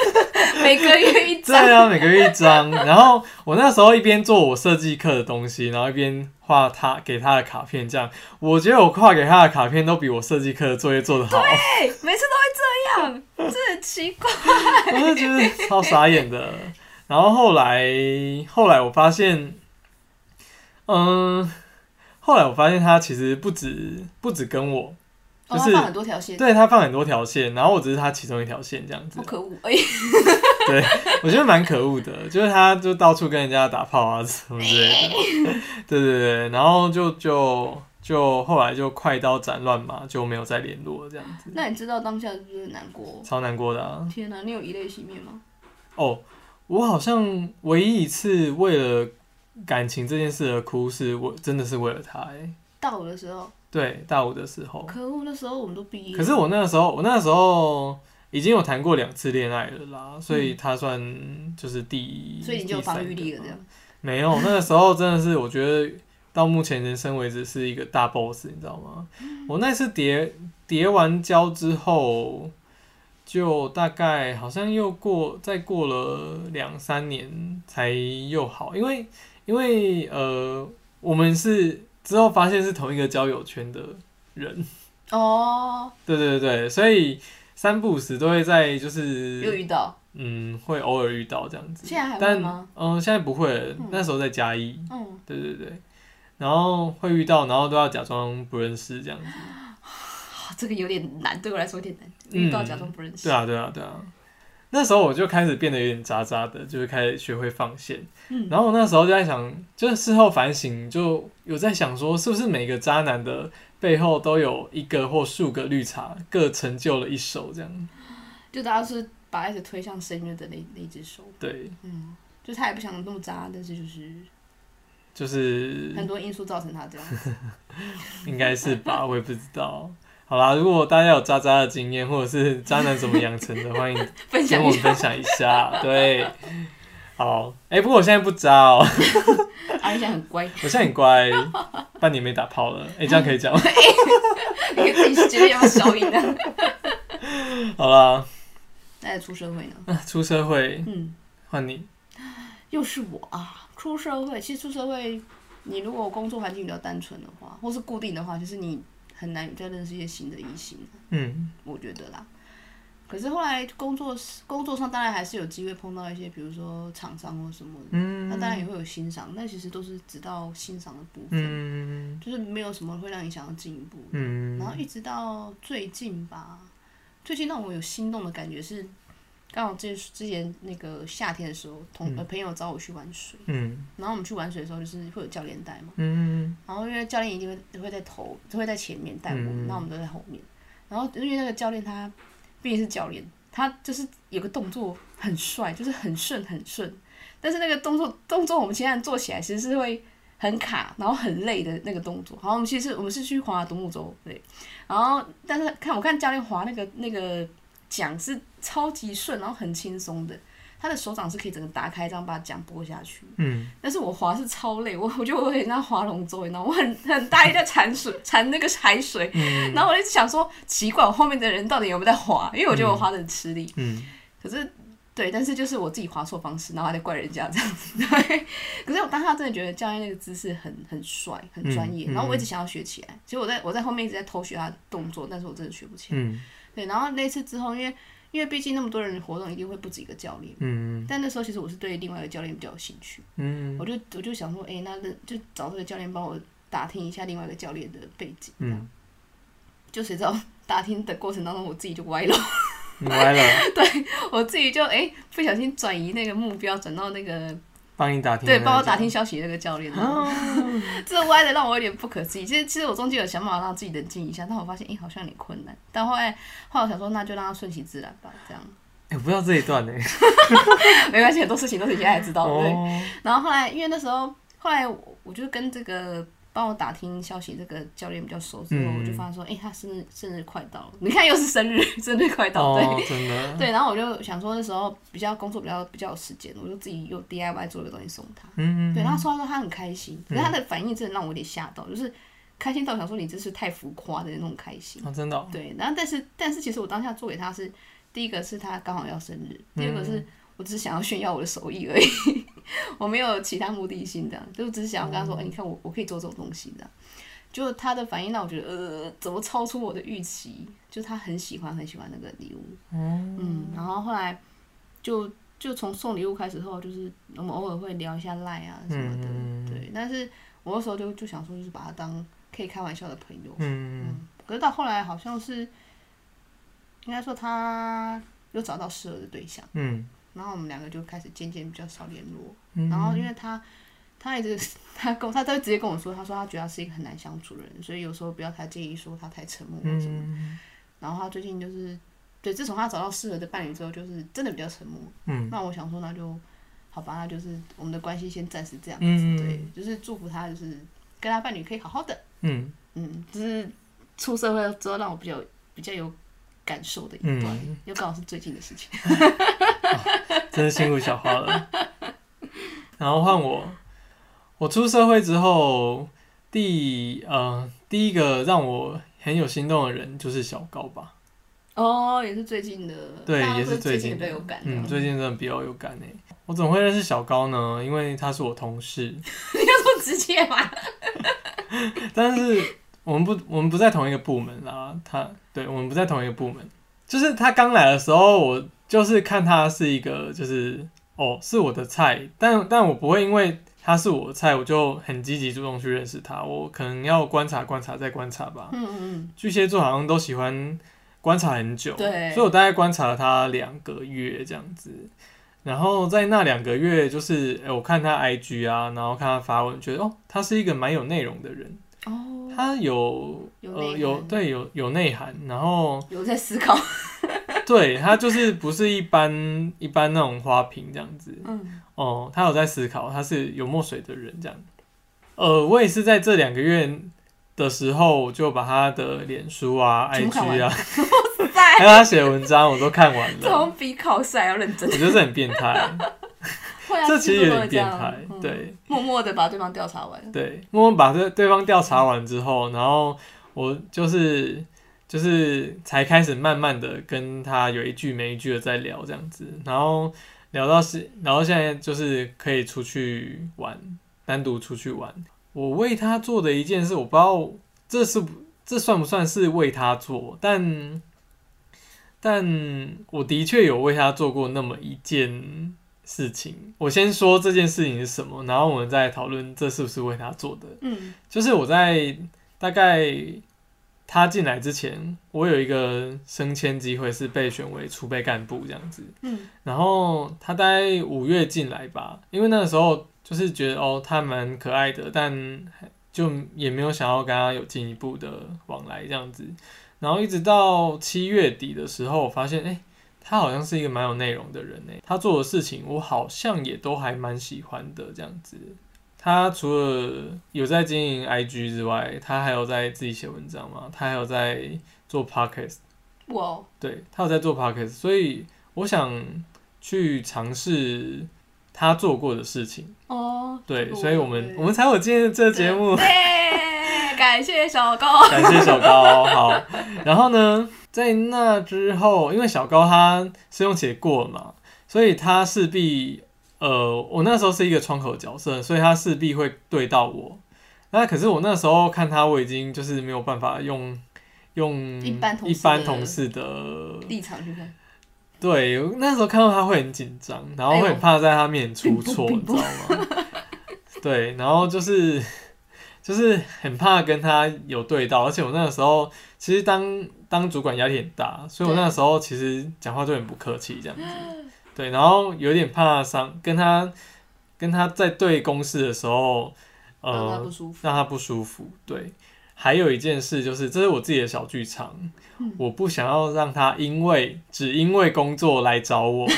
B: 每个月一
A: 对
B: 张，
A: 啊，每个月一张。然后我那时候一边做我设计课的东西，然后一边画他给他的卡片，这样我觉得我画给他的卡片都比我设计课的作业做得好。
B: 哎，每次都会这样，这很奇 怪。
A: 我就觉得超傻眼的。然后后来，后来我发现，嗯，后来我发现他其实不止不止跟我，
B: 哦，
A: 就是
B: 他放很多条线，
A: 对他放很多条线，然后我只是他其中一条线这样子
B: 好。可恶，哎，
A: 我觉得蛮可恶的，就是他就到处跟人家打炮啊什么之类的。 对对对，然后就就就后来就快刀斩乱麻，就没有再联络这样子，
B: 那你知道当下是不是难过？
A: 超难过的啊。
B: 天哪、你有以泪洗面吗？
A: 哦，我好像唯一一次为了感情这件事而哭，是我真的是为了他、欸。
B: 大五的时候，
A: 对，大五的时候。
B: 可恶，那时候我们都毕业了。
A: 哦可是我那个时候，我那个时候已经有谈过两次恋爱了啦，所以他算就是第，
B: 嗯所以你就有
A: 第三
B: 防御
A: 个
B: 力了，
A: 嘛
B: 这样。
A: 没有，那个时候真的是我觉得到目前人生为止是一个大 boss，你知道吗？
B: 嗯
A: 我那次叠叠完胶之后，就大概好像又过再过了两三年才又好，因为因为呃，我们是之后发现是同一个交友圈的人，
B: 哦，
A: 对对对，所以三不五时都会在就
B: 又
A: 是
B: 遇到，
A: 嗯会偶尔遇到这样子，
B: 现在还会
A: 但
B: 吗？
A: 嗯、现在不会了，那时候在嘉义。
B: 嗯，
A: 对对对，然后会遇到，然后都要假装不认识这样子。
B: 啊这个有点难，对我来说有点难，遇到假装不认识。
A: 对啊，对啊，对啊。那时候我就开始变得有点渣渣的，就是开始学会放线。
B: 嗯
A: 然后我那时候就在想，就是事后反省，就有在想说，是不是每个渣男的背后都有一个或数个绿茶，各成就了一手这样？
B: 就大家是把爱情推向深渊的那那只手，
A: 对，
B: 嗯，就他也不想那么渣，但是就是
A: 就是
B: 很多因素造成他 这样。
A: 应该是吧，我也不知道。好啦，如果大家有渣渣的经验，或者是渣男怎么养成的，欢迎
B: 分
A: 跟
B: 享
A: 我
B: 一
A: 们
B: 下，
A: 分享一下。对，好，哎、 不过我现在不渣哦，
B: 阿啊丽现在很乖，
A: 我现在很乖，半年没打炮了。哎、这样可以讲 吗？
B: 你可以自己决定要不要消音啊。
A: 好啦，
B: 那你哎出社会呢？
A: 啊出社会
B: 嗯，
A: 换你，
B: 又是我啊！出社会，其实出社会，你如果工作环境比较单纯的话，或是固定的话，就是你很难再认识一些新的异性，
A: 嗯
B: 我觉得啦。可是后来工作工作上当然还是有机会碰到一些，比如说厂商或什么的，
A: 嗯
B: 那当然也会有欣赏，那其实都是直到欣赏的部分，
A: 嗯
B: 就是没有什么会让你想要进一步。然后
A: 嗯
B: 一直到最近吧，最近让我有心动的感觉是，刚好之之前那个夏天的时候，同、呃朋友找我去玩水，
A: 嗯
B: 然后我们去玩水的时候就是会有教练带嘛，
A: 嗯
B: 然后因为教练一定会会在头，会在前面带我
A: 嗯
B: 们，然后我们都在后面，然后因为那个教练他毕竟是教练，他就是有个动作很帅，就是很顺很顺，但是那个动作动作我们其他人做起来其实是会很卡，然后很累的那个动作。好，我们其实我们是去划独木舟，对，然后但是看我看教练划那个那个桨是超级顺，然后很轻松的。他的手掌是可以整个打开，这样把桨拨下去。
A: 嗯，
B: 但是我划是超累，我我觉得我有点像划龙舟，你知道吗，我很很大力在缠水， 缠那个海水，
A: 嗯
B: 然后我一直想说，奇怪，我后面的人到底有没有在划？因为我觉得我划的很吃力，
A: 嗯，
B: 可是对，但是就是我自己划错方式，然后还在怪人家这样子， 对。可是我当下真的觉得教练那个姿势很很帅，很专业，
A: 嗯嗯
B: 然后我一直想要学起来，其实我在我在后面一直在偷学他的动作，但是我真的学不起来。
A: 嗯，
B: 对，然后那次之后，因为因为毕竟那么多人活动，一定会不止一个教练。
A: 嗯，
B: 但那时候其实我是对另外一个教练比较有兴趣，
A: 嗯，
B: 我就我就想说，哎、那那就找这个教练帮我打听一下另外一个教练的背景，这样。
A: 嗯
B: 就谁知道 打听的过程当中，我自己就歪了，
A: 你歪了，
B: 我自己就哎、不小心转移那个目标，转到那个
A: 帮你打听，
B: 对帮我打听，消息的那个教练，
A: 哦
B: 这歪的让我有点不可思议。其实其实我中间有想办法让自己冷静一下，但我发现哎、好像有点困难。但后来后来我想说，那就让它顺其自然吧，这样
A: 哎，我不知道这一段呢，
B: 没关系，很多事情都是你现在才知道的。对
A: 哦，
B: 然后后来，因为那时候后来我我就跟这个帮我打听消息这个教练比较熟之后，
A: 嗯
B: 我就发现说，哎、他生日生日快到了，你看又是生日，生日快到，对、
A: 哦，真的，
B: 对。然后我就想说那时候比较工作比较比较有时间，我就自己又 DIY 做了个东西送他。
A: 嗯，
B: 对，然后说他说他很开心，可是他的反应真的让我有点吓到，就是开心到想说你这是太浮夸的那种开心。
A: 哦，真的哦，
B: 对，然后但是但是其实我当下做给他是，第一个是他刚好要生日，第二个
A: 嗯
B: 是我只是想要炫耀我的手艺而已， 我没有其他目的性的，就只是想要跟他
A: 嗯
B: 说，哎、你看我我可以做这种东西的。就他的反应让我觉得，呃，怎么超出我的预期？就他很喜欢很喜欢那个礼物，
A: 哦
B: 嗯，然后后来就就从送礼物开始后，就是我们偶尔会聊一下赖啊什么的，
A: 嗯
B: 对。但是我那时候就就想说，就是把他当可以开玩笑的朋友，
A: 嗯，
B: 嗯，可是到后来好像是，应该说他又找到适合的对象，
A: 嗯，
B: 然后我们两个就开始渐渐比较少联络。
A: 嗯
B: 然后因为他，他一直他跟我他都直接跟我说，他说他觉得他是一个很难相处的人，所以有时候不要太介意说他太沉默或什么。
A: 嗯，
B: 然后他最近就是，对，自从他找到适合的伴侣之后，就是真的比较沉默。
A: 嗯，
B: 那我想说，那就好吧，那就是我们的关系先暂时这样子。
A: 嗯
B: 对，就是祝福他，就是跟他伴侣可以好好的。
A: 嗯，
B: 嗯，就是出社会之后让我比较比较有感受的一段，
A: 嗯
B: 又刚好是最近的事情。
A: 真是辛苦小花了。然后换我，我出社会之后，第呃第一个让我很有心动的人就是小高吧。
B: 哦，也是最近的，
A: 对
B: 大，家
A: 也
B: 都
A: 是最
B: 近
A: 近
B: 比
A: 的
B: 较有感的。
A: 嗯，最近真的比较有感哎。我怎么会认识小高呢？因为他是我同事，
B: 你要说直接嘛？
A: 但是我们不， 我们不在同一个部门啦。他对我们不在同一个部门，就是他刚来的时候，我就是看他是一个，就是哦是我的菜，但但我不会因为他是我的菜，我就很积极主动去认识他。我可能要观察观察再观察吧。
B: 嗯嗯
A: 巨蟹座好像都喜欢观察很久，
B: 对
A: 所以我大概观察了他两个月这样子。然后在那两个月，就是、哎诶我看他 IG 啊，然后看他发文，觉得哦，他是一个蛮有内容的人，
B: 嗯，哦，
A: 他有
B: 有内
A: 呃
B: 涵
A: 有对有有内涵，然后
B: 有在思考。
A: 对他就是不是一般一般那种花瓶这样子，
B: 嗯
A: 哦，他有在思考，他是有墨水的人这样。呃，我也是在这两个月的时候，我就把他的脸书啊、
B: 全部看完
A: IG 啊，
B: 在
A: 还有他写的文章，我都看 完
B: 这
A: 了。
B: 种比考试还要认 真
A: 我，觉得这很变态，啊
B: 会啊，
A: 这其实有点
B: 星座都会
A: 变
B: 样
A: 态。，
B: 嗯
A: 对
B: 默默的把对方调查完。
A: 对，默默把对对方调查完之后，然后我就是就是才开始慢慢的跟他有一句没一句的在聊这样子，然后聊到是，然后现在就是可以出去玩，单独出去玩。我为他做的一件事，我不知道这是不这算不算是为他做，但但我的确有为他做过那么一件事情。我先说这件事情是什么，然后我们再讨论这是不是为他做的。
B: 嗯
A: 就是我在大概他进来之前，我有一个升迁机会是被选为储备干部这样子。
B: 嗯
A: 然后他大概五月进来吧，因为那个时候就是觉得哦，他蛮可爱的，但就也没有想要跟他有进一步的往来这样子。然后一直到七月底的时候，我发现哎、诶他好像是一个蛮有内容的人呢、他做的事情我好像也都还蛮喜欢的这样子。他除了有在经营 IG 之外，他还有在自己写文章嘛，他还有在做 podcast。
B: 我
A: 对他有在做 podcast，所以我想去尝试他做过的事情。
B: 哦，这
A: 对，
B: 个
A: 所以我们
B: 对
A: 我们才有今天的这个节目。
B: 对，感谢小 高。
A: 感谢小高，好。然后呢，在那之后，因为小高他试用期也过了嘛，所以他势必，呃，我那时候是一个窗口角色，所以他势必会对到我。那可是我那时候看他，我已经就是没有办法用用
B: 一般同事的
A: 一般同事的，
B: 立场去看，
A: 对，那时候看到他会很紧张，然后会很怕在他面前出错，
B: 哎呦
A: 你知道吗？ 对，然后就是 就是很怕跟他有对到，而且我那个时候其实当当主管压力很大，所以我
B: 对
A: 那个时候其实讲话就很不客气这样子。对，然后有点怕伤，跟他跟他在对公事的时候，呃，
B: 让他不舒服。
A: 让他不舒服。对，还有一件事就是，这是我自己的小剧场，我不想要让他因为只因为工作来找我，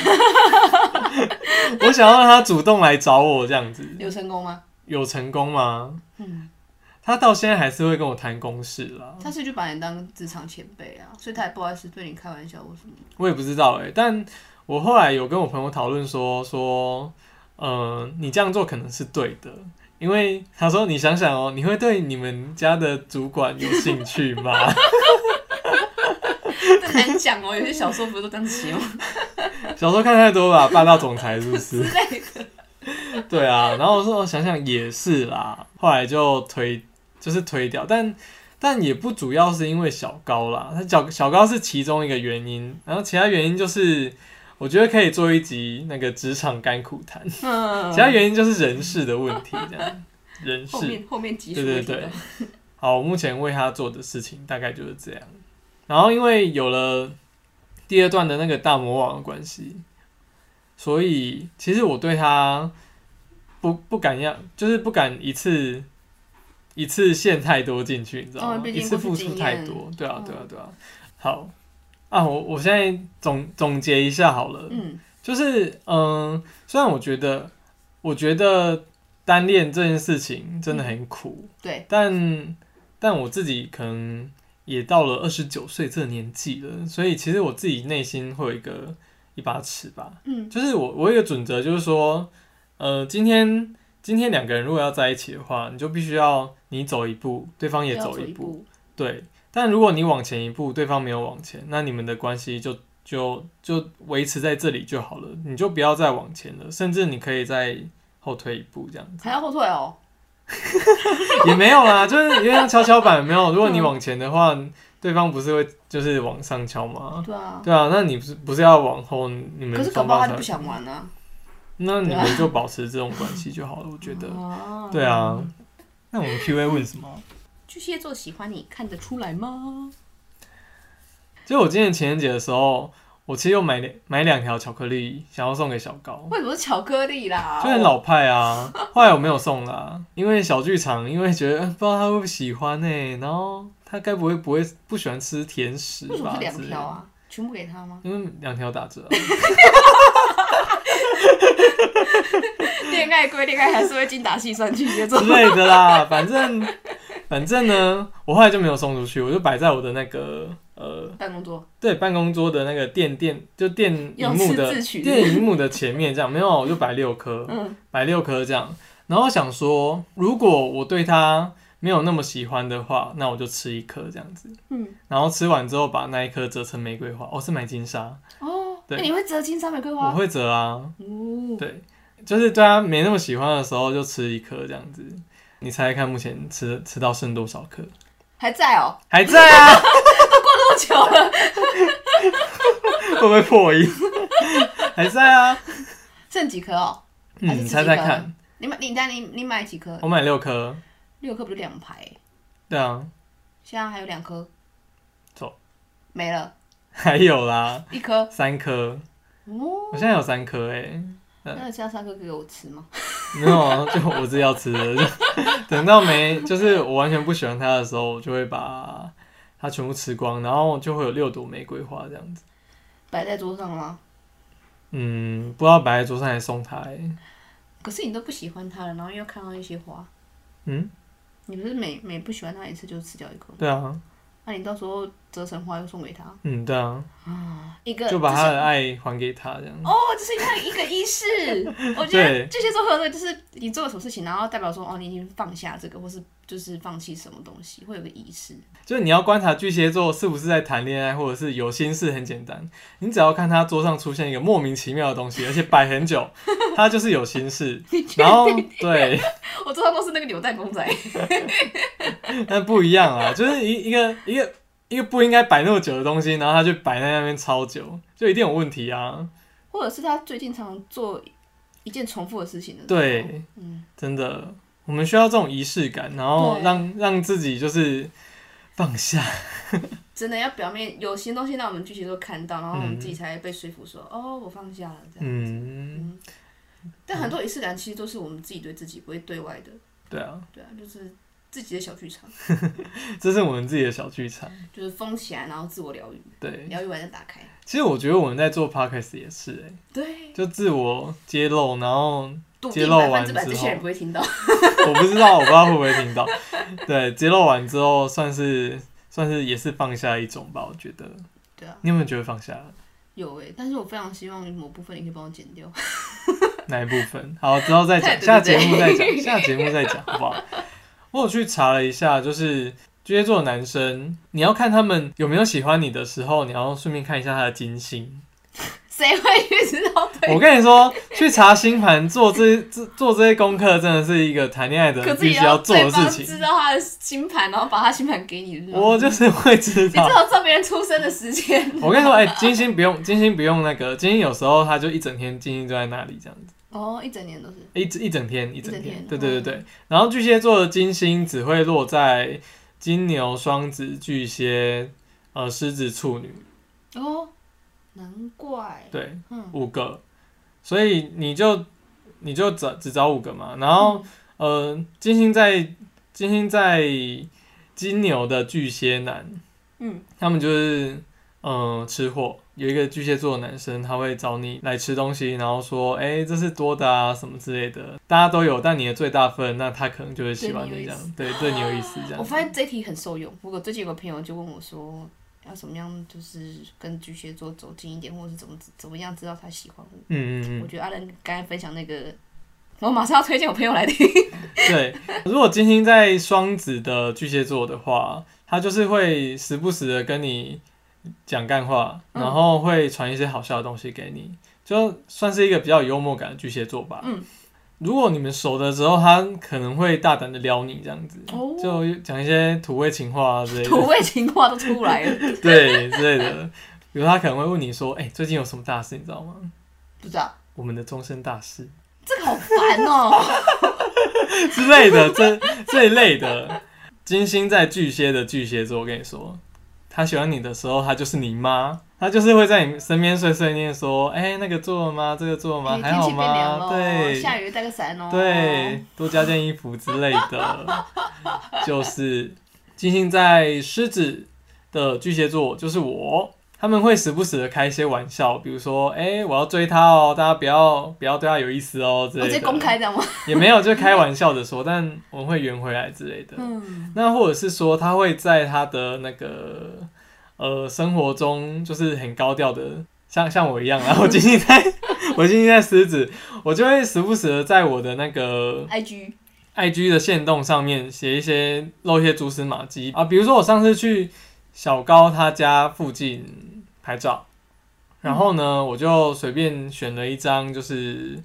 A: 我想要让他主动来找我这样子。
B: 有成功吗？
A: 有成功吗？
B: 嗯，
A: 他到现在还是会跟我谈公事啦，
B: 他是就把你当职场前辈啊，所以他也不好意思对你开玩笑或 什么。
A: 我也不知道哎、但我后来有跟我朋友讨论说说，呃，你这样做可能是对的。因为他说：“你想想哦，你会对你们家的主管有兴趣吗？”
B: 这难讲哦，有些小说不是都这样形容
A: 小说看太多吧， 霸道总裁是不 是？
B: 之类的。
A: 对啊，然后我说想想也是啦，后来就推就是推掉，但但也不主要是因为小高啦，他小小高是其中一个原因，然后其他原因就是我觉得可以做一集那个职场甘苦谈，
B: 嗯
A: 其他原因就是人事的问题这样，人
B: 后
A: 事
B: 面后面集数
A: 对对
B: 会提到
A: 对，好，我目前为他做的事情大概就是这样。然后因为有了第二段的那个大魔王的关系，所以其实我对他不不敢要，就是不敢一次一次陷太多进去，你知道
B: 嗯
A: 吗？
B: 毕
A: 一
B: 竟
A: 次
B: 过
A: 付
B: 去
A: 出
B: 经
A: 太
B: 验
A: 多，对啊，
B: 嗯
A: 对啊，对啊。好啊，我我现在总总结一下好了，
B: 嗯，
A: 就是嗯，虽然我觉得我觉得单恋这件事情真的很苦。
B: 对，
A: 但但我自己可能也到了二十九岁这个年纪了，所以其实我自己内心会有一个一把尺吧，
B: 嗯，
A: 就是我我有一个准则，就是说，呃，今天今天两个人如果要在一起的话，你就必须要你走一步，对方也
B: 要
A: 走
B: 走
A: 一步，
B: 步，
A: 对。但如果你往前一步，对方没有往前，那你们的关系就就就维持在这里就好了，你就不要再往前了，甚至你可以再后退一步这样。
B: 还要后退哦。
A: 也没有啦，就是有点像跷跷板，没有。如果你往前的话，对方不是会就是往上敲吗？
B: 对啊，
A: 对啊，那你不是不是要往后？你们
B: 可是搞
A: 双
B: 不好
A: 方
B: 他就不啊
A: 才
B: 想玩啊。
A: 那你们就保持这种关系就好了，我觉 得。
B: 哦
A: 对啊，，那我们 Q A 问什么？
B: 巨蟹座喜欢你看得出来吗？
A: 就我今年情人节的时候，我其实有买两买两条巧克力，想要送给小高，
B: 为什么是巧克力啦？哦
A: 就很老派啊。后来我没有送啦，因为小剧场，因为觉得嗯不知道他会不会喜欢呢、然后他该不会不会不喜欢吃甜 食吧？
B: 为什么是两
A: 之类
B: 条
A: 的
B: 啊？全部给他吗？
A: 因为两条打折啊、
B: 恋爱归恋爱，还是会精打细算巨蟹座
A: 之。类的啦，反正反正呢，我后来就没有送出去，我就摆在我的那个呃，
B: 办公桌，
A: 对，办公桌的那个电电就电荧幕
B: 用
A: 的
B: 字自取
A: 电荧幕的前面这样，没有，我就摆六颗，
B: 嗯，
A: 摆六颗这样。然后想说，如果我对它没有那么喜欢的话，那我就吃一颗这样子。
B: 嗯，
A: 然后吃完之后把那一颗折成玫瑰花，哦，是买金沙，
B: 哦，
A: 对
B: 那你会折金三玫瑰
A: 我
B: 花？
A: 会折啊，
B: 哦，
A: 对，就是对它没那么喜欢的时候就吃一颗这样子。你猜猜看，目前吃吃到剩多少颗？
B: 还在哦，
A: 还在啊，
B: 多久了？
A: 会不会破 音？还在啊，
B: 剩几颗哦？
A: 嗯，
B: 还是
A: 你
B: 吃
A: 猜
B: 几
A: 猜
B: 颗
A: 看，
B: 你买，你但你你买几颗？
A: 我买六颗，
B: 六颗不就两排？
A: 对啊，
B: 现在还有两颗，
A: 走，
B: 没了
A: 还有啦，
B: 一颗。
A: 三颗，
B: 哦，
A: 我现在有三颗哎、
B: 那你剩下三颗给我吃吗？
A: 没有啊，就我自己要吃的， 就等到没，就是我完全不喜欢它的时候，我就会把它全部吃光，然后就会有六朵玫瑰花这样子。
B: 摆在桌上吗？
A: 嗯，不知道摆在桌上还是送它、欸，
B: 可是你都不喜欢它了，然后又看到一些花，
A: 嗯，
B: 你不是每每不喜欢它一次就吃掉一颗吗？
A: 对啊，
B: 那你到时候折成花又送给他，
A: 嗯，对啊，
B: 一个
A: 就把
B: 是
A: 他的爱还给他这样。
B: 哦，这是看一个 仪式。我觉得
A: 对
B: 巨蟹座会有那个，就是你做了什么事情，然后代表说哦，你已经放下这个，或是就是放弃什么东西，会有个仪式。
A: 就是你要观察巨蟹座是不是在谈恋爱，或者是有心事，很简单。你只要看他桌上出现一个莫名其妙的东西，而且摆很 久，他就是有心事。然后对，
B: 我桌上都是那个扭蛋公仔，
A: 但不一样啊，就是一一个一个一个不应该摆那么久的东西，然后他就摆在那边超久，就一定有问题
B: 嗯
A: 啊。
B: 或者是他最近常常做一件重复的事情的。，
A: 对，
B: 嗯，
A: 真的，我们需要这种仪式感，然后
B: 对
A: 让让自己就是放下。
B: 真的要表面有些东西让我们巨蟹座看到，然后我们
A: 嗯
B: 自己才被说服说、哦，我放下了这样。
A: 嗯，
B: 但很多仪式感其实都是我们自己对自己，不会对外的。
A: 对啊，
B: 对啊，就是自己的小剧场，
A: 这是我们自己的小剧场。
B: 就是封起来，然后自我疗愈，
A: 对，
B: 疗愈完再打开。
A: 其实我觉得我们在做 podcast 也是、欸，
B: 对，
A: 就自我揭露，然后
B: 笃
A: 揭
B: 定
A: 露
B: 百
A: 完
B: 分
A: 之后
B: 之百这些人不会听到。
A: 我不知道，我不知道会不会听到。对，揭露完之后，算是算是也是放下一种吧，我觉得。
B: 对啊，
A: 你有没有觉得放下了
B: 有诶、但是我非常希望某部分你可以帮我剪掉。
A: 哪一部分？好，之后再讲，下节目再讲，下节目再讲，好不 好？我有去查了一下，就是巨蟹座的男生，你要看他们有没有喜欢你的时候，你要顺便看一下他的金星。
B: 谁会去知道 对？
A: 我跟你说，去查星盘做这这做这些功课，真的是一个谈恋爱的
B: 可
A: 人
B: 是也
A: 必须要
B: 要
A: 做的
B: 对方
A: 事情
B: 知。道他的星盘，然后把他星盘给你。
A: 我就是会知
B: 你至
A: 道。
B: 少知道别人出生的时间。
A: 我跟你说，哎、金星不用，金星不用那个，金星有时候他就一整天，金星就在那里这样子，
B: 哦，一整年都是。
A: 一整一整天，一整
B: 一
A: 天，
B: 整天嗯
A: 对对对对。然后巨蟹座的金星只会落在金牛、双子、巨蟹、呃狮子、处女，
B: 哦，难怪。
A: 对，
B: 嗯
A: 五个，所以你就你就找只找五个嘛。然后、呃，金星在金星在金牛的巨蟹男，
B: 嗯，
A: 他们就是嗯、呃吃货，有一个巨蟹座的男生，他会找你来吃东西，然后说，哎、这是多的啊，什么之类的，大家都有，但你的最大份，那他可能就会喜欢你这样，对，对你有意思哦这
B: 我
A: 样。
B: 发现这题很受用。我最近有个朋友就问我说，要怎么样就是跟巨蟹座走近一点，或者是怎么怎么样知道他喜欢我？
A: 嗯嗯
B: 我
A: 嗯，
B: 觉得阿伦刚才分享那个，我马上要推荐我朋友来听。
A: 对。如果金星在双子的巨蟹座的话，他就是会时不时的跟你讲干话，
B: 嗯
A: 然后会传一些好笑的东西给你，就算是一个比较有幽默感的巨蟹座吧。
B: 嗯，
A: 如果你们熟的时候，他可能会大胆的撩你这样子，
B: 哦
A: 就讲一些土味情话啊之类
B: 土
A: 的，
B: 味情话都出 来了，
A: 对之类的。比如他可能会问你说：“哎、最近有什么大事，你知道吗？
B: 不知道
A: 我们的终身大事
B: 这个好烦哦、
A: 之类的，这这一类的。”金星在巨蟹的巨蟹座，我跟你说，他喜欢你的时候，他就是你妈，他就是会在你身边碎碎念说：“哎、那个做了吗？这个做了吗？
B: 哎
A: 还
B: 天
A: 好
B: 气变凉
A: 吗？”
B: 了，
A: 对，
B: 下雨带个伞哦、
A: 对，，多加件衣服之类的，就是金星在狮子的巨蟹座，就是我，他们会时不时的开一些玩笑，比如说，哎、我要追他哦，大家不要不要对他有意思哦之
B: 我直
A: 类
B: 接
A: 的，
B: 公开这样吗？
A: 也没有就开玩笑的说，但我们会圆回来之类的。
B: 嗯，
A: 那或者是说，他会在他的那个呃生活中，就是很高调的，像像我一样啊，然后金星在， 我金星在狮子，我就会时不时的在我的那个
B: IG
A: IG 的线动上面写一些露一些蛛丝马迹啊，比如说我上次去小高他家附近拍照，然后呢，我就随便选了一张，就是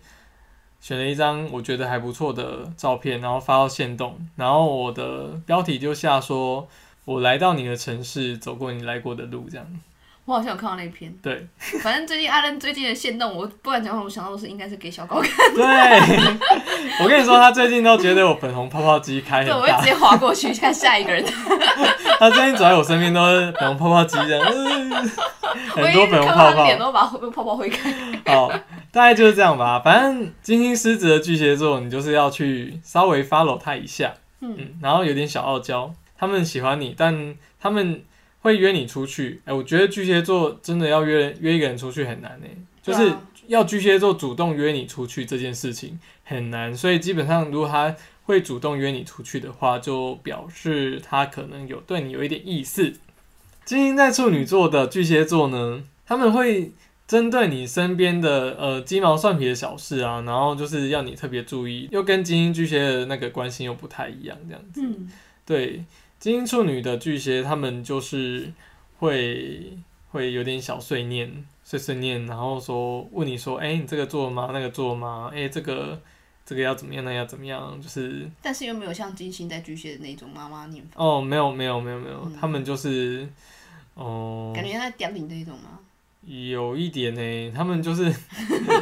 A: 选了一张我觉得还不错的照片，然后发到线动，然后我的标题就下说。我来到你的城市，走过你来过的路，这样
B: 我好像有看到那一篇，
A: 对
B: 反正最近阿伦最近的线动，我不管讲什么，我想到都是应该是给小狗看，
A: 对。 我跟你说，他最近都觉得我粉红泡泡机开很
B: 对，
A: 大，
B: 我会直接划过去看下 一个人，
A: 他最近走在我身边都是粉红泡泡机这 样，呃
B: 我
A: 很
B: 一
A: 多
B: 直
A: 粉红
B: 看到
A: 泡
B: 他的脸哦
A: 泡。
B: 都把泡泡挥开，
A: 好，大概就是这样吧。反正金星狮子的巨蟹座，你就是要去稍微 follow 他一下，
B: 嗯，
A: 嗯，然后有点小傲娇。他们喜欢你，但他们会约你出去。哎、我觉得巨蟹座真的要约约一个人出去很难呢、就
B: 对啊
A: 是要巨蟹座主动约你出去这件事情很难，所以基本上如果他会主动约你出去的话，就表示他可能有对你有一点意思。金星在处女座的巨蟹座呢，他们会针对你身边的呃鸡毛蒜皮的小事啊，然后就是要你特别注意，又跟金星巨蟹的那个关系又不太一样，这样子。
B: 嗯，
A: 对，金星处女的巨蟹，他们就是会会有点小碎念，碎碎念，然后说问你说，哎、你这个做了吗？那个做了吗？哎、这个这个要怎么样？那个要怎么样？就是
B: 但是又没有像金星在巨蟹的那种妈妈念法，
A: 哦，没有没有没有没有，
B: 嗯
A: 他们就是哦。
B: 感觉像在屌你那种吗？
A: 有一点呢、他们就是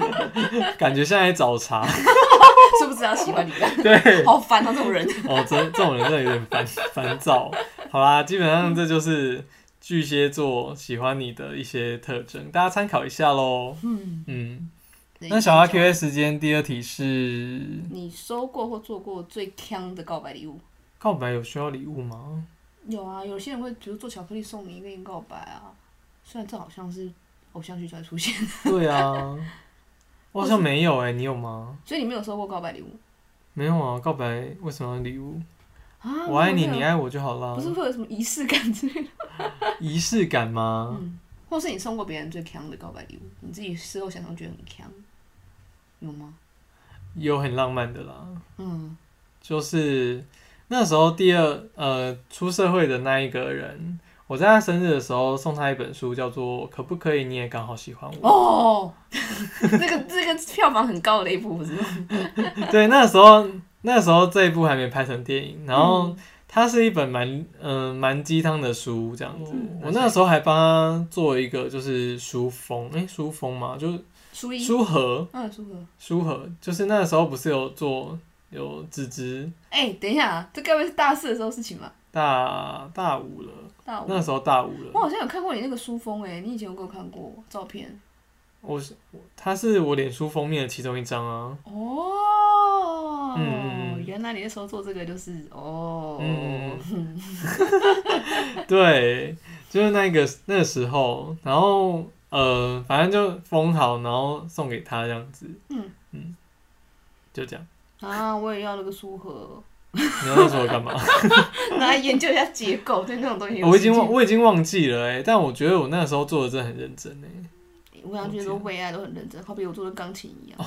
A: 感觉像在找茬，
B: 是不是要喜欢你了？
A: 对，
B: 好烦啊，这种人。
A: 哦，这这种人真的有点烦烦躁。好啦，基本上这就是巨蟹座喜欢你的一些特征，大家参考一下喽。
B: 嗯，
A: 嗯，那小花 Q A 时间第二题是
B: 你收过或做过最坑的告白礼物？
A: 告白有需要礼物吗？
B: 有啊，有些人会比如做巧克力送你跟你告白啊，虽然这好像是偶像剧才出现，
A: 对啊，我好像没有哎、你有吗？
B: 所以你没有收过告白礼物
A: 没有啊，告白为什么要礼物？
B: 啊？
A: 我爱你，
B: 没有
A: 你爱我就好啦
B: 不。是会有什么仪式感之类的，
A: 仪式感吗？
B: 或是你送过别人最坑的告白礼物，你自己事后想想觉得很坑，有吗？
A: 有很浪漫的啦。
B: 嗯，
A: 就是那时候第二呃出社会的那一个人，我在他生日的时候送他一本书，叫做《可不可以你也刚好喜欢我
B: 哦， 那个这个票房很高的一部不是吗？》。
A: 对，那时候那时候这一部还没拍成电影，然
B: 嗯
A: 后它是一本蛮嗯蛮鸡汤的书这样子。
B: 嗯
A: 我那时候还帮他做一个就是书封，诶、书封嘛，就是
B: 书一，
A: 书盒，
B: 嗯，书二。
A: 书盒，就是那时候不是有做有纸质
B: 哎、等一下啊，这该不会是大四的时候事情吧？
A: 大大五了，
B: 大五。
A: 那时候大五了
B: 我。好像有看过你那个书封哎、你以前有给我看过照片
A: 我是我它是我脸书封面的其中一张啊。
B: 哦。
A: 嗯嗯嗯
B: 原来你那时候做这个就是哦，
A: 嗯嗯 嗯对，就是那个那个时候，然后呃，反正就封好，然后送给他这样子。
B: 嗯
A: 嗯，就这样。
B: 啊，我也要那个书盒，
A: 你要那时候干嘛？
B: 拿来研究一下结构，对那种东 西有
A: 我已经
B: 兴
A: 忘
B: 趣
A: 我已经忘记了哎、但我觉得我那时候做的真的很认真哎、
B: 我想觉得为爱都很认真，好比我做的钢琴一样。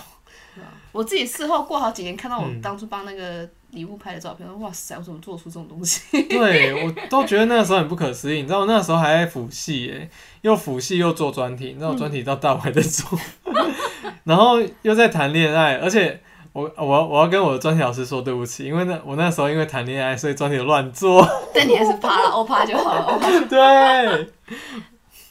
B: 对啊我自己事后过好几年，看到我
A: 哦嗯
B: 当初帮那个礼物拍的照片，哇塞，我怎么做出这种东西？
A: 对我都觉得那时候很不可思议。你知道我那时候还在辅系哎、又辅系又做专题，你知
B: 嗯
A: 道我专题到大我还在做， 然后又在谈恋爱，而且。我我要我要跟我的专题老师说对不起，因为那我那时候因为谈恋爱，所以专题乱做。
B: 但你还是趴了，欧趴就好了。欧趴
A: 对，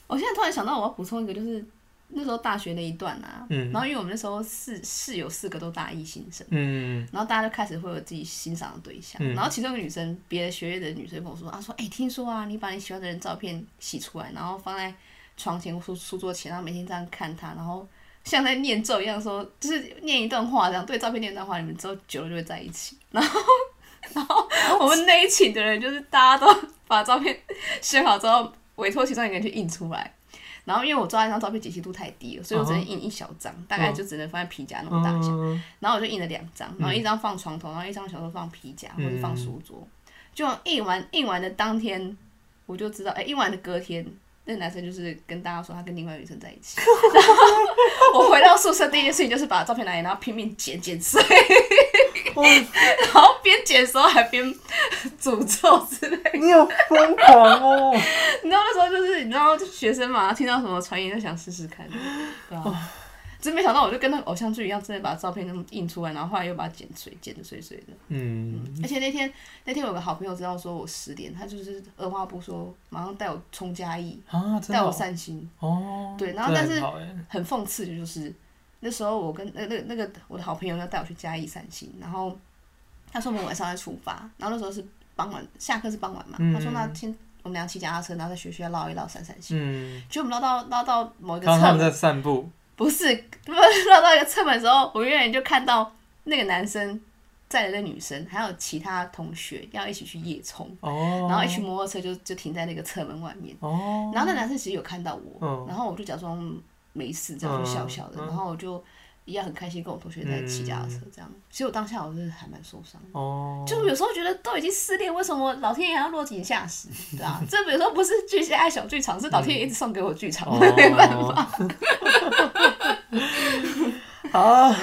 B: 我现在突然想到，我要补充一个，就是那时候大学那一段啊，
A: 嗯
B: 然后因为我们那时候室室友四个都大一新生，
A: 嗯，
B: 然后大家就开始会有自己欣赏的对象，
A: 嗯
B: 然后其中一个女生，别的学院的女生跟我说，她说，哎、听说啊，你把你喜欢的人照片洗出来，然后放在床前书书桌前，然后每天这样看他，然后像在念咒一样说，就是念一段话这样，对照片念一段话，你们之后久了就会在一起。 然后，然后我们那一群的人就是大家都把照片选好之后，委托其中一个人去印出来。然后因为我抓那张照片解析度太低了，所以我只能印一小张大概
A: 哦
B: 就只能放在皮夹那种大小。
A: 嗯
B: 然后我就印了两张，然后一张放床头，然后一张想说放皮夹或者放书桌。就印完印完的当天，我就知道，哎、印完的隔天，那男生就是跟大家说他跟另外一个女生在一起。 然后我回到宿舍第一件事情就是把照片拿来，然后拼命剪剪碎，
A: 哦
B: 然后边剪的时候还边诅咒之类的。
A: 你有疯狂哦！
B: 你知道那时候就是你知道学生嘛，听到什么传言就想试试看，对啊。真没想到，我就跟那个偶像剧一样，真的把照片那么印出来，然后后来又把它剪碎，剪的碎碎的。
A: 嗯，
B: 而且那天那天我有个好朋友知道说我失恋，他就是二话不说，马上带我冲嘉义，
A: 啊，真
B: 带
A: 的
B: 我
A: 哦
B: 散心。
A: 哦，
B: 对然后
A: 真的
B: 但是
A: 很好哎
B: 很讽刺的就是，那时候我跟那那那个我的好朋友要带我去嘉义散心，然后他说我们晚上要出发，然后那时候是傍晚，下课是傍晚嘛，
A: 嗯
B: 他说那先我们俩骑脚踏车，然后在学校绕一绕散散心。
A: 嗯，
B: 结果我们绕到绕到某一个
A: 看到他
B: 侧
A: 们在
B: 门，
A: 散步，
B: 不是不是绕到一个侧门的时候，我远远就看到那个男生载的那女生，还有其他同学要一起去夜冲。
A: 哦，
B: 然后一群摩托车就就停在那个侧门外面。
A: 哦，
B: 然后那男生其实有看到我，
A: 嗯
B: 然后我就假装没事，这样就笑笑的。
A: 嗯嗯嗯
B: 然后我就一样很开心跟我同学在骑脚踏车这样。其实我当下我是还蛮受伤的，
A: 哦，
B: 就是有时候觉得都已经失恋，为什么老天爷还要落井下石？对啊，这有时候不是巨蟹爱小剧场，是老天爷一直送给我剧场，
A: 哦
B: 没办法。
A: 啊，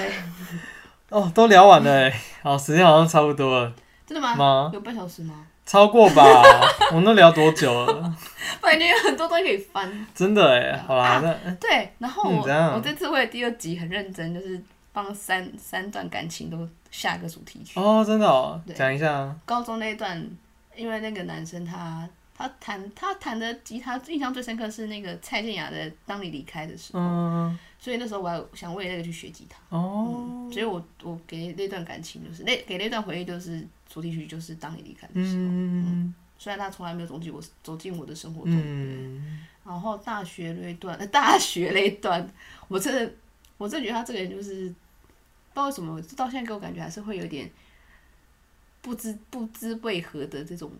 A: 哦，都聊完了哎，好，时间好像差不多了
B: 真的吗？
A: 吗？
B: 有半小时吗？
A: 超过吧，我们都聊多久了？
B: 反正有很多东西可以翻。
A: 真的哎，好啦
B: 啊，
A: 那
B: 对，然后
A: 嗯
B: 我、
A: 怎样
B: 我这次为了第二集很认真，就是帮三三段感情都下一个主题曲。
A: 哦，真的哦，
B: 对
A: 讲一下，
B: 高中那一段，因为那个男生他他弹他弹的吉他，印象最深刻是那个蔡健雅的《当你离开的时候》
A: 嗯，
B: 所以那时候我还想为了那个去学吉他，
A: 哦，
B: 所以我我给那段感情就是那给那段回忆就是主题曲就是《当你离开的时候》
A: 嗯
B: 虽然他从来没有走进我走进我的生活中，
A: 嗯，
B: 然后大学那一段，呃大学那一段，我真的，我真的觉得他这个人就是，不知道为什么，到现在给我感觉还是会有点不知不知为何的这种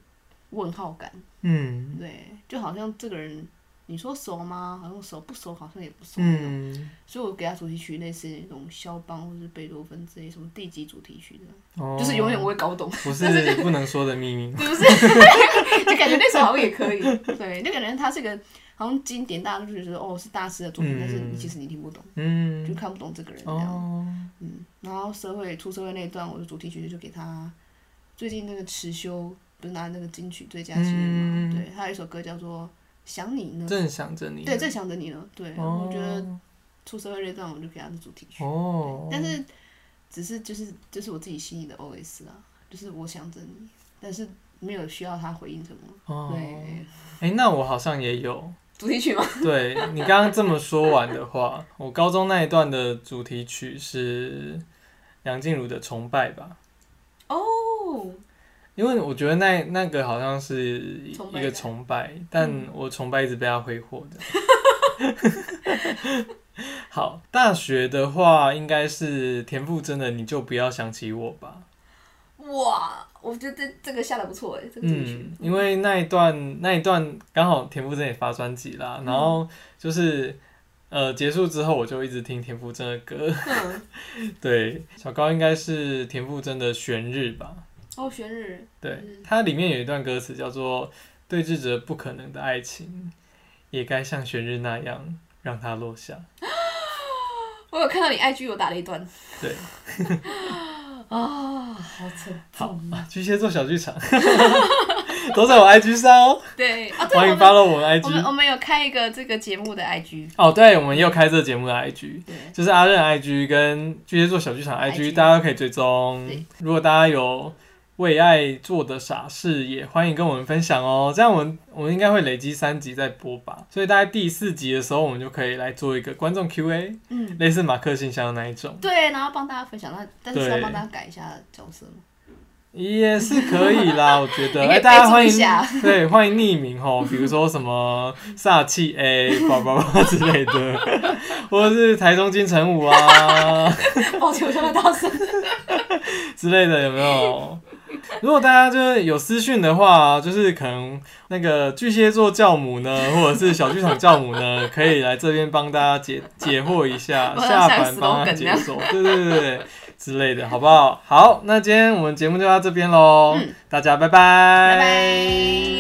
B: 问号感。
A: 嗯
B: 对，就好像这个人，你说熟吗？好像熟，不熟好像也不熟。
A: 嗯，
B: 所以我给他主题曲类似那种肖邦或是贝多芬之类什么第几主题曲的，
A: 哦，
B: 就是永远不会搞懂。
A: 不是不能说的秘密，
B: 不是， 就感觉那首好像 也可以。对，那个人他是个好像经典，大家都觉得哦是大师的作品，
A: 嗯
B: 但是你其实你听不懂，就
A: 嗯，
B: 看不懂这个人这样。
A: 哦，
B: 嗯，然后社会出社会那一段，我的主题曲就给他最近那个迟修不是拿那个金曲最佳新人
A: 嗯
B: 嘛？对，他有一首歌叫做《想你呢》，
A: 正想着你，
B: 对，正想着你呢。对，
A: 哦，
B: 我觉得出社会那一段，我就给他的主题曲。
A: 哦，
B: 但是只是就是就是我自己心里的 OS 啊，就是我想着你，但是没有需要他回应什么。
A: 哦，
B: 对，
A: 哎，那我好像也有，
B: 主题曲吗？
A: 对你刚刚这么说完的话，我高中那一段的主题曲是梁静茹的《崇拜》吧，
B: 哦，
A: 因为我觉得那那个好像是一
B: 崇拜嗯
A: 个
B: 感
A: 崇拜，但我崇拜一直被他挥霍的。 好，大学的话应该是田馥甄的《你就不要想起我》吧。
B: 哇，我觉得这这个下的不错哎，这个主题曲
A: 嗯，，因为那一段那一段刚好田馥甄也发专辑啦，
B: 嗯
A: 然后就是呃结束之后我就一直听田馥甄的歌，
B: 嗯，
A: 对，小高应该是田馥甄的《悬日》吧？
B: 哦，玄日，
A: 对，
B: 嗯
A: 它里面有一段歌词叫做“对峙着不可能的爱情，也该像悬日那样让它落下
B: 我有看到你 IG 有打了一段，
A: 对，
B: 啊，好沉”。
A: 好
B: 重，，
A: 啊巨蟹座小剧场 都在我 IG 上哦，
B: 对啊，对，
A: 欢
B: 我
A: 迎
B: 们
A: follow 我们
B: 我们
A: IG。
B: 我们有开一个这个节目的 IG，
A: 哦，对，我们又开这个节目的 IG。
B: 对，
A: 就是阿任 IG 跟巨蟹座小剧场 IG，
B: IG
A: 大家都可以追踪
B: 对。
A: 如果大家有为爱做的傻事，也欢迎跟我们分享哦。这样我们我们应该会累积三集再播吧，所以大概第四集的时候，我们就可以来做一个观众 Q&A，
B: 嗯，
A: 类似马克信箱的那一种，
B: 对，然后帮大家分享，那但是是
A: 对
B: 要帮大家改一下角色吗？
A: 也是可以啦。 我觉得，
B: 你可以
A: 哎，大家
B: 备注
A: 欢
B: 一
A: 迎
B: 下
A: 对欢迎匿名哦，比如说什么煞气 A 叭叭叭之类的， 或者是台中金城武啊。
B: 抱歉，我笑太哦大声。
A: 之类的，有没有？如果大家就是有私讯的话，就是可能那个巨蟹座教母呢，或者是小剧场教母呢， 可以来这边帮大家解解惑一下，
B: 我
A: 下
B: 要
A: 凡
B: 像
A: 帮他
B: slogan
A: 解锁，对对对对之类的，好不好？好，那今天我们节目就到这边喽，
B: 嗯
A: 大家拜拜，
B: 拜拜。